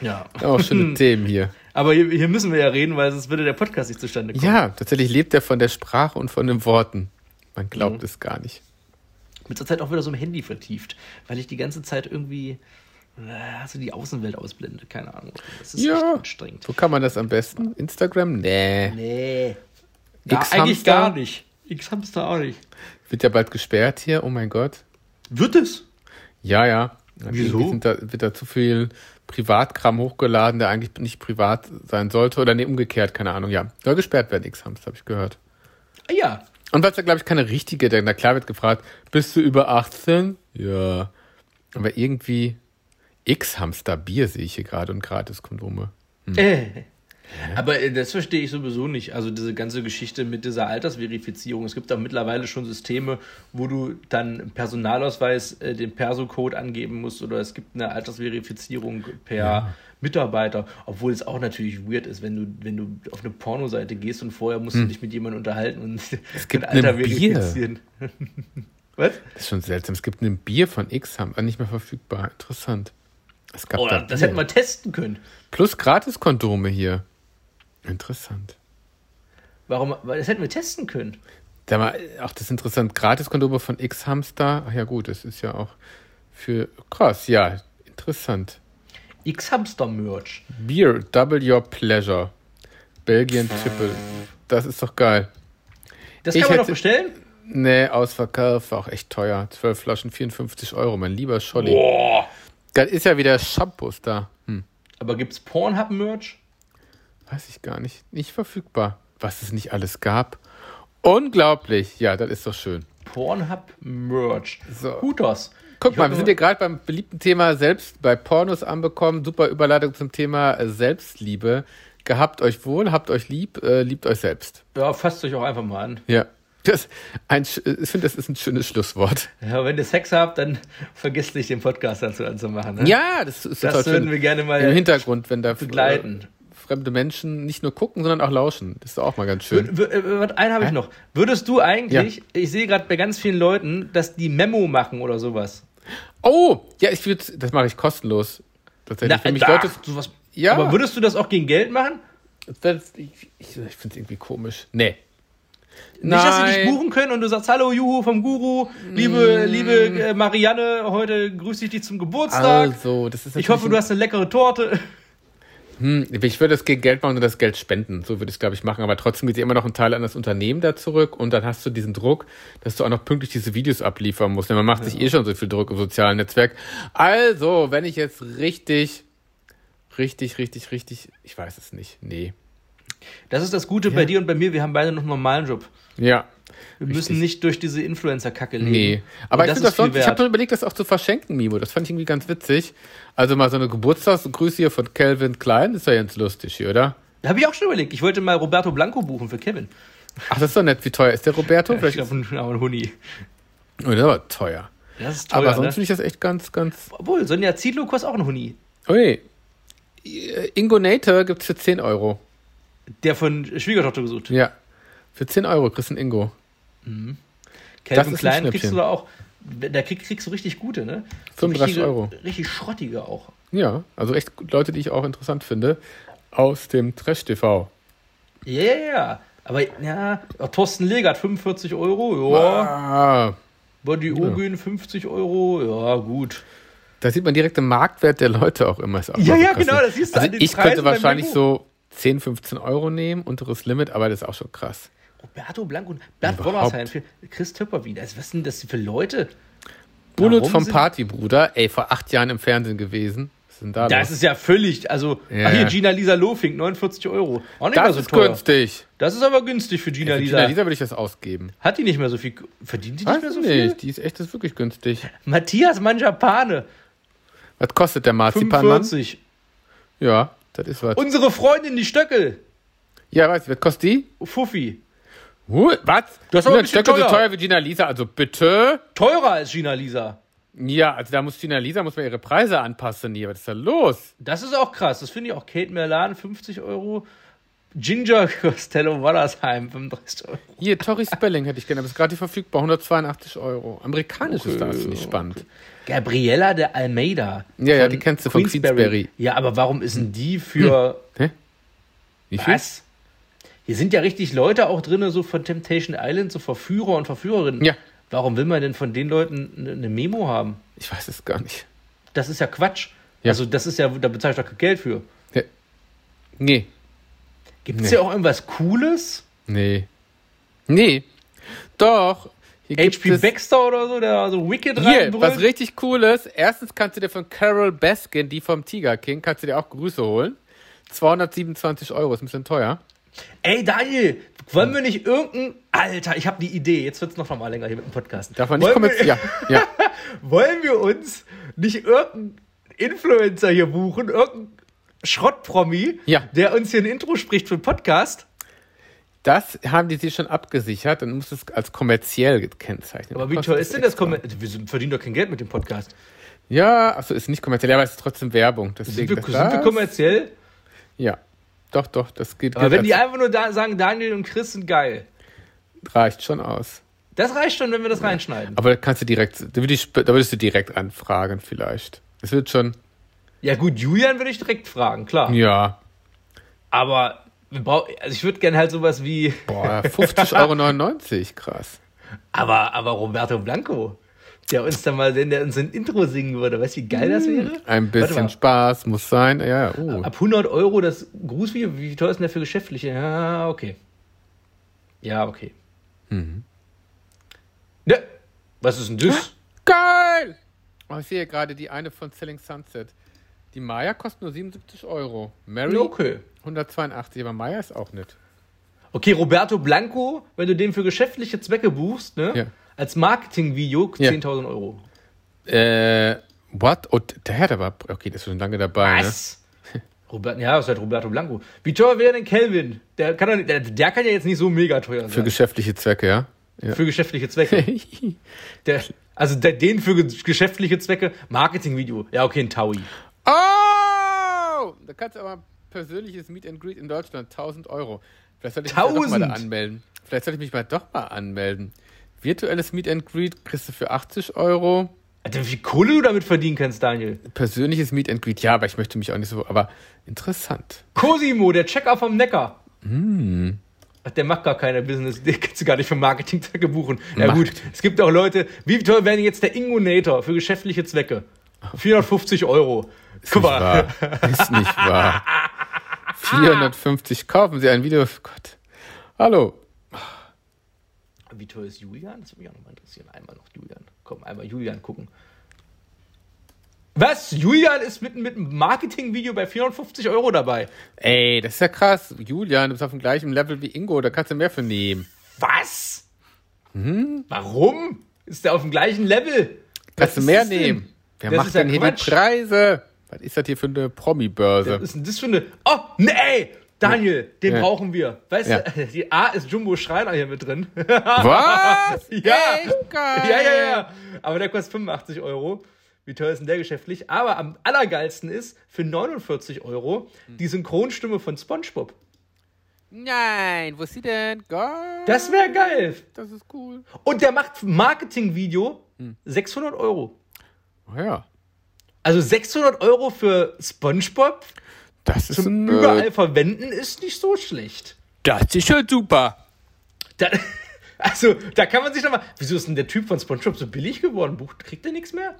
Speaker 1: Ja.
Speaker 2: Auch schöne Themen hier.
Speaker 1: Aber hier, hier müssen wir ja reden, weil sonst würde der Podcast nicht zustande kommen.
Speaker 2: Ja, tatsächlich lebt er von der Sprache und von den Worten. Man glaubt es gar nicht.
Speaker 1: bin zurzeit auch wieder so im Handy vertieft, weil ich die ganze Zeit irgendwie äh, so die Außenwelt ausblende. Keine Ahnung. Das ist
Speaker 2: Ja.
Speaker 1: echt anstrengend.
Speaker 2: Wo kann man das am besten? Instagram? Nee.
Speaker 1: Nee. Gar,
Speaker 2: X-Hamster?
Speaker 1: eigentlich gar nicht. X-Hamster auch nicht.
Speaker 2: Wird ja bald gesperrt hier, oh mein Gott.
Speaker 1: Wird es?
Speaker 2: Ja, ja.
Speaker 1: Wieso?
Speaker 2: Irgendwie Sind da, wird da zu viel Privatkram hochgeladen, der eigentlich nicht privat sein sollte. Oder nee, umgekehrt, keine Ahnung. Ja, soll gesperrt werden, X-Hamster, habe ich gehört.
Speaker 1: Ah, Ja.
Speaker 2: Und weil es da, glaube ich, keine richtige, denn da klar wird gefragt, bist du über 18? Ja. Aber irgendwie X-Hamster Bier sehe ich hier gerade und gratis Kondome.
Speaker 1: Äh. Aber äh, das verstehe ich sowieso nicht. Also diese ganze Geschichte mit dieser Altersverifizierung. Es gibt auch mittlerweile schon Systeme, wo du dann im Personalausweis äh, den Perso-Code angeben musst oder es gibt eine Altersverifizierung per Mitarbeiter. Obwohl es auch natürlich weird ist, wenn du, wenn du auf eine Pornoseite gehst und vorher musst du dich mit jemandem unterhalten und es
Speaker 2: Hm. gibt
Speaker 1: ein Alter
Speaker 2: eine Bier.
Speaker 1: verifizieren. Was?
Speaker 2: Das ist schon seltsam. Es gibt ein Bier von X-Hamster, nicht mehr verfügbar. Interessant. Es gab
Speaker 1: Oh,
Speaker 2: da
Speaker 1: das
Speaker 2: Bier.
Speaker 1: hätten wir testen können.
Speaker 2: Plus gratis Kondome hier. Interessant.
Speaker 1: Warum? Weil Das hätten wir testen können.
Speaker 2: Sag mal, ach, das ist interessant. Gratis-Kondome von X-Hamster. Ach ja, gut, das ist ja auch für krass, ja. Interessant.
Speaker 1: X-Hamster-Merch.
Speaker 2: Beer, double your pleasure. Belgien Triple. Das ist doch geil.
Speaker 1: Das
Speaker 2: Ich
Speaker 1: kann man noch
Speaker 2: hätte-
Speaker 1: bestellen?
Speaker 2: Nee, Ausverkauf, auch echt teuer. 12 Flaschen, 54 Euro, mein lieber Scholli.
Speaker 1: Boah.
Speaker 2: Das ist ja wieder Shampoos da. Hm,
Speaker 1: Aber gibt's Pornhub-Merch?
Speaker 2: weiß ich gar nicht. Nicht verfügbar. Was es nicht alles gab. Unglaublich. Ja, das ist doch schön.
Speaker 1: Pornhub-Merch.
Speaker 2: So.
Speaker 1: Hutos.
Speaker 2: Guck
Speaker 1: Ich
Speaker 2: mal,
Speaker 1: hab
Speaker 2: wir
Speaker 1: nur-
Speaker 2: sind hier gerade beim beliebten Thema selbst bei Pornos anbekommen. Super Überleitung zum Thema äh, Selbstliebe. Gehabt euch wohl, habt euch lieb, äh, liebt euch selbst.
Speaker 1: Ja, fasst euch auch einfach mal an.
Speaker 2: Ja. Das ein, sch- ich finde, das ist ein schönes Schlusswort.
Speaker 1: Ja, wenn ihr Sex habt, dann vergesst nicht, den Podcast dazu anzumachen. Ne?
Speaker 2: Ja, das ist
Speaker 1: Das
Speaker 2: total
Speaker 1: würden
Speaker 2: schön.
Speaker 1: wir gerne mal
Speaker 2: im Hintergrund, wenn da
Speaker 1: begleiten.
Speaker 2: äh, fremde Menschen nicht nur gucken, sondern auch lauschen. Das ist doch auch mal ganz schön.
Speaker 1: W- w- w- äh, Einen habe ich
Speaker 2: Hä?
Speaker 1: noch. Würdest du eigentlich, ich sehe gerade bei ganz vielen Leuten, dass die Memo machen oder sowas.
Speaker 2: Oh, ja, ich würde, das mache ich kostenlos. Tatsächlich. Für mich
Speaker 1: da-
Speaker 2: Leute,
Speaker 1: sowas.
Speaker 2: Ja.
Speaker 1: Aber würdest du das auch gegen Geld machen?
Speaker 2: das, ich, ich, ich finde es irgendwie komisch. Nee.
Speaker 1: Nicht, dass sie dich buchen können und du sagst, hallo Juhu vom Guru,
Speaker 2: Mm.
Speaker 1: liebe, liebe äh, Marianne, heute grüße ich dich zum Geburtstag.
Speaker 2: Also, das ist
Speaker 1: ich hoffe, du
Speaker 2: natürlich
Speaker 1: hast eine leckere Torte.
Speaker 2: ein- Hm, ich würde das gegen Geld machen und das Geld spenden. So würde ich es, glaube ich, machen. Aber trotzdem geht ja immer noch ein Teil an das Unternehmen da zurück. Und dann hast du diesen Druck, dass du auch noch pünktlich diese Videos abliefern musst. Denn man macht sich eh schon so viel Druck im sozialen Netzwerk. Also, wenn ich jetzt richtig, richtig, richtig, richtig, ich weiß es nicht. Nee.
Speaker 1: Das ist das Gute bei dir und bei mir, wir haben beide noch einen normalen Job.
Speaker 2: Ja.
Speaker 1: Wir müssen nicht durch diese Influencer-Kacke leben.
Speaker 2: Nee. Aber
Speaker 1: Und
Speaker 2: ich
Speaker 1: das
Speaker 2: finde das
Speaker 1: ist viel
Speaker 2: sonst, ich habe
Speaker 1: wert.
Speaker 2: schon überlegt, das auch zu verschenken, Mimo. Das fand ich irgendwie ganz witzig. Also mal so eine Geburtstagsgrüße hier von Calvin Klein, ist ja ganz lustig hier, oder?
Speaker 1: Da habe ich auch schon überlegt. Ich wollte mal Roberto Blanco buchen für Kevin.
Speaker 2: Ach, das ist doch nett. Wie teuer ist der Roberto?
Speaker 1: Ich
Speaker 2: Vielleicht ist,
Speaker 1: glaube, ein, aber ein Huni.
Speaker 2: oh, der war teuer.
Speaker 1: Das ist
Speaker 2: Aber
Speaker 1: teuer,
Speaker 2: sonst
Speaker 1: ne?
Speaker 2: finde ich das echt ganz, ganz.
Speaker 1: Obwohl, Sonja Zietlow kostet auch ein Huni.
Speaker 2: Ui. Äh, Ingonator gibt's für 10 Euro.
Speaker 1: Der von Schwiegertochter gesucht.
Speaker 2: Ja. Für 10 Euro kriegst du einen Ingo. Das ist
Speaker 1: Calvin
Speaker 2: ein
Speaker 1: Klein kriegst
Speaker 2: Schnäppchen.
Speaker 1: du da auch. Da krieg, kriegst du richtig gute, ne? So
Speaker 2: 35
Speaker 1: richtige-
Speaker 2: Euro.
Speaker 1: Richtig schrottige auch.
Speaker 2: Ja. Also echt Leute, die ich auch interessant finde. Aus dem Trash TV.
Speaker 1: Ja, ja, ja. Aber ja, auch Thorsten Legert 45 Euro, ja.
Speaker 2: Ah,
Speaker 1: Body Ogün 50 Euro, ja, gut.
Speaker 2: Da sieht man direkt den Marktwert der Leute auch immer. Ist auch
Speaker 1: Ja,
Speaker 2: mal so
Speaker 1: ja,
Speaker 2: krass,
Speaker 1: genau,
Speaker 2: ne?
Speaker 1: das siehst du
Speaker 2: also
Speaker 1: an den
Speaker 2: Ich
Speaker 1: Preisen
Speaker 2: könnte
Speaker 1: beim
Speaker 2: wahrscheinlich
Speaker 1: Memo.
Speaker 2: so 10, 15 Euro nehmen, unteres Limit, aber das ist auch schon krass.
Speaker 1: Roberto Blanco und Bert
Speaker 2: Überhaupt.
Speaker 1: Wollersheim, für Chris Töpper wieder. Also, was sind das für Leute?
Speaker 2: Bulut
Speaker 1: Warum
Speaker 2: vom
Speaker 1: sind-
Speaker 2: Partybruder, ey, vor acht Jahren im Fernsehen gewesen. Was ist denn da
Speaker 1: Das
Speaker 2: los?
Speaker 1: ist ja völlig, also,
Speaker 2: Ja,
Speaker 1: ach hier,
Speaker 2: ja.
Speaker 1: Gina Lisa Lofink, 49 Euro. Auch nicht mehr
Speaker 2: das
Speaker 1: so
Speaker 2: ist
Speaker 1: teuer.
Speaker 2: günstig.
Speaker 1: Das ist aber günstig für Gina,
Speaker 2: Für
Speaker 1: Lisa.
Speaker 2: Gina Lisa würde ich das ausgeben.
Speaker 1: Hat die nicht mehr so viel, verdient die nicht
Speaker 2: Weiß
Speaker 1: mehr so
Speaker 2: nicht,
Speaker 1: viel?
Speaker 2: die ist echt das ist wirklich günstig.
Speaker 1: Matthias Manjapane,
Speaker 2: Was kostet der Marzipanmann?
Speaker 1: 45.
Speaker 2: Ja, das ist was.
Speaker 1: Unsere Freundin, die Stöckel,
Speaker 2: ja, weißt du, was kostet die?
Speaker 1: Fuffi.
Speaker 2: Huh, was?
Speaker 1: Das ist aber ein
Speaker 2: Sind
Speaker 1: bisschen
Speaker 2: Stöcke so
Speaker 1: teuer.
Speaker 2: teuer wie Gina Lisa, also bitte.
Speaker 1: Teurer als Gina Lisa.
Speaker 2: Ja, also da muss Gina Lisa, muss man ihre Preise anpassen hier. Was ist da los?
Speaker 1: Das ist auch krass. Das finde ich auch. Kate Merlan, 50 Euro. Ginger Costello Wallersheim, 35 Euro.
Speaker 2: Hier, Tori Spelling hätte ich gerne, aber ist gerade hier verfügbar, 182 Euro. Amerikanisches okay, das finde ich spannend.
Speaker 1: Gabriela de Almeida.
Speaker 2: Ja, ja, die kennst du von Queensberry.
Speaker 1: Ja, aber warum ist denn die für.
Speaker 2: Hä? Wie viel?
Speaker 1: Was? Hier sind ja richtig Leute auch drin, so von Temptation Island, so Verführer und Verführerinnen.
Speaker 2: Ja.
Speaker 1: Warum will man denn von den Leuten eine- eine Memo haben?
Speaker 2: Ich weiß es gar nicht.
Speaker 1: Das ist ja Quatsch.
Speaker 2: Ja.
Speaker 1: Also, das ist ja, da bezahle ich doch kein Geld für.
Speaker 2: Hä? Nee,
Speaker 1: Gibt es
Speaker 2: Nee.
Speaker 1: hier auch irgendwas Cooles?
Speaker 2: nee. Nee. Doch. Hier gibt
Speaker 1: HP
Speaker 2: es-
Speaker 1: Baxter oder so, der so Wicked
Speaker 2: Hier,
Speaker 1: reinbrüllt?
Speaker 2: was richtig cooles. Erstens kannst du dir von Carol Baskin, die vom Tiger King, kannst du dir auch Grüße holen. 227 Euro, ist ein bisschen teuer.
Speaker 1: Ey, Daniel, wollen wir nicht irgendein. Alter, ich habe die Idee. Jetzt wird es noch mal länger hier mit dem Podcast.
Speaker 2: Darf man nicht
Speaker 1: wollen,
Speaker 2: kommen jetzt?
Speaker 1: wir,
Speaker 2: Ja, ja.
Speaker 1: wollen wir uns nicht irgendeinen Influencer hier buchen, irgendeinen Schrottpromi,
Speaker 2: Ja.
Speaker 1: der uns hier ein Intro spricht für den Podcast?
Speaker 2: Das haben die sich schon abgesichert und muss es als kommerziell gekennzeichnet.
Speaker 1: Aber wie
Speaker 2: Kostet
Speaker 1: toll ist denn das? Kommer- Wir sind- verdienen doch kein Geld mit dem Podcast.
Speaker 2: Ja, also ist nicht kommerziell, aber es ist trotzdem Werbung. Deswegen
Speaker 1: Sind wir,
Speaker 2: das,
Speaker 1: sind wir kommerziell?
Speaker 2: Ja. Doch, doch, das geht.
Speaker 1: Aber
Speaker 2: gilt
Speaker 1: wenn die
Speaker 2: als-
Speaker 1: einfach nur da sagen, Daniel und Chris sind geil.
Speaker 2: reicht schon aus.
Speaker 1: Das reicht schon, wenn wir das reinschneiden.
Speaker 2: Aber da kannst du direkt, da, würd ich, sp- da würdest du direkt anfragen vielleicht. Es wird schon,
Speaker 1: Ja gut, Julian würde ich direkt fragen, klar.
Speaker 2: ja,
Speaker 1: Aber wir brauch, also ich würde gerne halt sowas wie.
Speaker 2: boah, 50,99 Euro, krass.
Speaker 1: Aber, aber Roberto Blanco, der uns dann mal, wenn der uns ein Intro singen würde, weißt du, wie geil
Speaker 2: Hm.
Speaker 1: das wäre?
Speaker 2: Ein
Speaker 1: Warte mal.
Speaker 2: bisschen Spaß muss sein. Ja, ja, uh.
Speaker 1: Ab 100 Euro das Grußvideo, wie teuer ist denn der für Geschäftliche? Ja, okay. Ja, okay.
Speaker 2: Mhm.
Speaker 1: Ne, was ist denn das?
Speaker 2: Geil! Oh, ich sehe gerade die eine von Selling Sunset. Die Maya kostet nur 77 Euro. Mary
Speaker 1: Ja, okay.
Speaker 2: 182, aber Maya ist auch nicht.
Speaker 1: Okay, Roberto Blanco, wenn du den für geschäftliche Zwecke buchst, ne?
Speaker 2: Ja.
Speaker 1: Als Marketingvideo
Speaker 2: Ja.
Speaker 1: 10.000 Euro.
Speaker 2: Äh, what? Oh, der hat aber, okay, der ist schon lange dabei. Ne?
Speaker 1: Was? Robert, ja, das ist halt Roberto Blanco. Wie teuer wäre denn Kelvin? Der kann, doch nicht, der, der kann ja jetzt nicht so mega teuer
Speaker 2: Für
Speaker 1: sein.
Speaker 2: geschäftliche Zwecke, ja? ja.
Speaker 1: für geschäftliche Zwecke. Der, also der, den für ge- geschäftliche Zwecke, Marketingvideo. Ja, okay, ein Taui.
Speaker 2: oh! Da kannst du aber persönliches Meet and Greet in Deutschland, 1000 Euro. Vielleicht sollte ich mich doch mal da
Speaker 1: 1000?
Speaker 2: anmelden. Vielleicht sollte ich mich mal doch mal anmelden. Virtuelles Meet and Greet kriegst du für 80 Euro.
Speaker 1: Alter, wie viel Kohle du damit verdienen kannst, Daniel.
Speaker 2: Persönliches Meet and Greet, ja, aber ich möchte mich auch nicht so, aber interessant.
Speaker 1: Cosimo, der Checker vom Neckar.
Speaker 2: Hm.
Speaker 1: Ach, Der macht gar keine Business, den kannst du gar nicht für Marketingzwecke buchen. Ja
Speaker 2: Macht.
Speaker 1: gut, es gibt auch Leute, wie teuer wäre denn jetzt der Ingonator für geschäftliche Zwecke? 450 Euro. Guck
Speaker 2: Nicht
Speaker 1: mal,
Speaker 2: wahr. Ist nicht wahr. 450 kaufen Sie ein Video. Oh Gott. Hallo.
Speaker 1: wie teuer ist Julian? Das würde mich auch nochmal interessieren. Einmal noch Julian. Komm, einmal Julian gucken. Was? Julian ist mit, mit einem Marketingvideo bei 450 Euro dabei.
Speaker 2: Ey, das ist ja krass. Julian, du bist auf dem gleichen Level wie Ingo, da kannst du mehr für nehmen.
Speaker 1: Was? Warum? Ist der auf dem gleichen Level? Was
Speaker 2: Kannst du
Speaker 1: ist
Speaker 2: mehr
Speaker 1: das denn?
Speaker 2: nehmen. Wer
Speaker 1: Das
Speaker 2: macht
Speaker 1: ist ja
Speaker 2: denn hier
Speaker 1: Quatsch.
Speaker 2: die Preise? Was ist das hier für eine Promi-Börse?
Speaker 1: Was ist denn das für eine. Oh, nee, ey, Daniel, den
Speaker 2: Ja.
Speaker 1: brauchen wir. Weißt
Speaker 2: Ja.
Speaker 1: du, die A ist Jumbo Schreiner hier mit drin.
Speaker 2: Was?
Speaker 1: Ja.
Speaker 2: Echt geil.
Speaker 1: ja, ja, ja. Aber der kostet 85 Euro. Wie teuer ist denn der geschäftlich? Aber am allergeilsten ist für 49 Euro die Synchronstimme von SpongeBob.
Speaker 2: Nein, wo ist sie denn? Gott,
Speaker 1: Das wäre geil.
Speaker 2: das ist cool.
Speaker 1: Und der macht Marketingvideo
Speaker 2: Hm.
Speaker 1: 600 Euro.
Speaker 2: Oh ja.
Speaker 1: Also 600 Euro für SpongeBob
Speaker 2: Das ist
Speaker 1: zum
Speaker 2: ein,
Speaker 1: überall
Speaker 2: äh,
Speaker 1: verwenden ist nicht so schlecht.
Speaker 2: Das ist schon super.
Speaker 1: Da, also, da kann man sich doch mal. Wieso ist denn der Typ von SpongeBob so billig geworden? Bucht, kriegt er nichts mehr?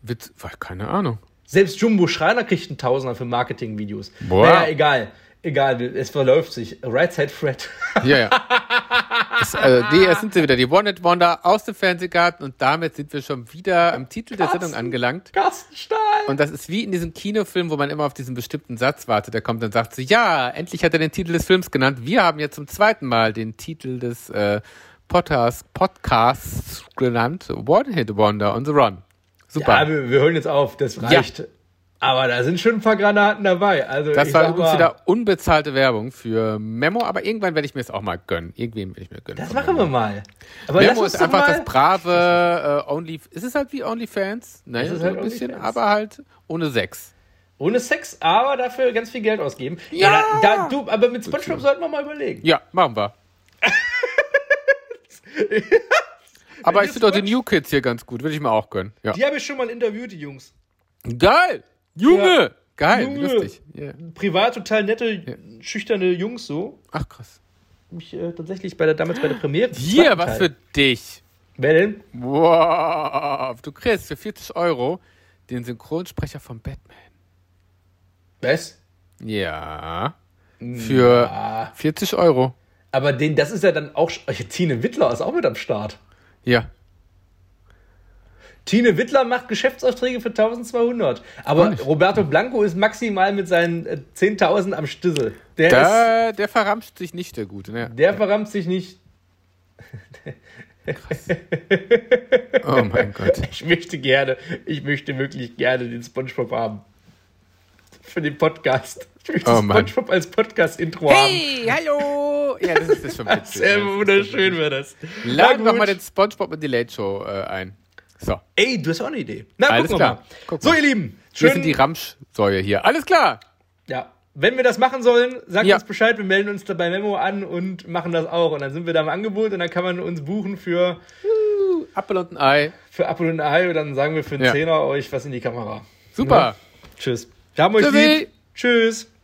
Speaker 2: Witz, weil, keine Ahnung.
Speaker 1: Selbst Jumbo Schreiner kriegt einen Tausender für Marketingvideos.
Speaker 2: Boah.
Speaker 1: Naja, egal. Egal, es verläuft sich. Right Side Fred.
Speaker 2: Ja, ja. Das, also, die, das sind sie wieder, die One Hit Wonder aus dem Fernsehgarten und damit sind wir schon wieder am Titel der
Speaker 1: Carsten.
Speaker 2: Sendung angelangt.
Speaker 1: Carsten Stahl.
Speaker 2: Und das ist wie in diesem Kinofilm, wo man immer auf diesen bestimmten Satz wartet. Der kommt und sagt so, ja, endlich hat er den Titel des Films genannt. Wir haben jetzt zum zweiten Mal den Titel des äh, Potters, Podcasts genannt. One Hit Wonder on the Run. Super.
Speaker 1: ja, wir, wir hören jetzt auf, das reicht. Aber da sind schon ein paar Granaten dabei. Also,
Speaker 2: das
Speaker 1: ich
Speaker 2: war
Speaker 1: sag
Speaker 2: übrigens
Speaker 1: mal,
Speaker 2: wieder unbezahlte Werbung für Memo, aber irgendwann werde ich mir es auch mal gönnen. Irgendwem werde ich mir gönnen.
Speaker 1: Das machen wir mal. Aber lass
Speaker 2: Memo
Speaker 1: uns
Speaker 2: ist
Speaker 1: doch
Speaker 2: einfach
Speaker 1: mal,
Speaker 2: das brave äh, Only. Ist es halt wie OnlyFans? Nein,
Speaker 1: Es ist
Speaker 2: so
Speaker 1: halt
Speaker 2: ein bisschen,
Speaker 1: OnlyFans.
Speaker 2: aber halt ohne Sex.
Speaker 1: ohne Sex, aber dafür ganz viel Geld ausgeben.
Speaker 2: Ja.
Speaker 1: da, da, du, aber mit SpongeBob sollten wir mal überlegen.
Speaker 2: Ja, machen wir. aber ich finde auch die New Kids hier ganz gut. Würde ich mir auch gönnen. Ja.
Speaker 1: Die habe ich schon mal interviewt, die Jungs.
Speaker 2: Geil! Junge!
Speaker 1: Ja.
Speaker 2: Geil, wie
Speaker 1: Junge!
Speaker 2: lustig. Ja.
Speaker 1: Privat total nette, schüchterne Jungs so.
Speaker 2: Ach krass.
Speaker 1: Mich äh, tatsächlich bei der, damals bei der Premiere. des
Speaker 2: Hier,
Speaker 1: zweiten
Speaker 2: was
Speaker 1: Teil.
Speaker 2: für dich.
Speaker 1: Wer denn?
Speaker 2: Wow. Du kriegst für 40 Euro den Synchronsprecher von Batman.
Speaker 1: Was?
Speaker 2: Ja. Für 40 Euro.
Speaker 1: Aber den, das ist ja dann auch. sch- Oh, Tine Wittler ist auch mit am Start.
Speaker 2: Ja.
Speaker 1: Tine Wittler macht Geschäftsaufträge für 1200. Aber Roberto Blanco ist maximal mit seinen äh, 10.000 am Stissel. Der, ist,
Speaker 2: Da, der verramscht sich nicht, der Gute. Ne?
Speaker 1: der verrammt sich nicht.
Speaker 2: Oh mein Gott.
Speaker 1: Ich möchte gerne, ich möchte wirklich gerne den Spongebob haben. Für den Podcast. Ich möchte
Speaker 2: Oh Mann.
Speaker 1: Spongebob als Podcast-Intro haben.
Speaker 2: Hey, hallo! Ja, das ist das schon
Speaker 1: Das wäre
Speaker 2: witzig.
Speaker 1: wunderschön, wäre das.
Speaker 2: Laden
Speaker 1: Na
Speaker 2: wir
Speaker 1: gut.
Speaker 2: mal den Spongebob und die Late Show äh, ein. So,
Speaker 1: Ey, du hast auch eine Idee. Na,
Speaker 2: Alles
Speaker 1: gucken wir
Speaker 2: klar.
Speaker 1: mal.
Speaker 2: Guck
Speaker 1: so,
Speaker 2: mal.
Speaker 1: ihr Lieben,
Speaker 2: wir
Speaker 1: schön.
Speaker 2: sind die Ramschsäue hier. Alles klar!
Speaker 1: ja, wenn wir das machen sollen, sagt
Speaker 2: Ja.
Speaker 1: uns Bescheid. Wir melden uns da bei Memo an und machen das auch. Und dann sind wir da im Angebot und dann kann man uns buchen für,
Speaker 2: Appel und ein Ei.
Speaker 1: für Apple und ein Ei. Und dann sagen wir für einen
Speaker 2: Ja.
Speaker 1: Zehner euch was in die Kamera.
Speaker 2: Super!
Speaker 1: Tschüss. Wir haben euch
Speaker 2: Tschüssi.
Speaker 1: lieb. Tschüss.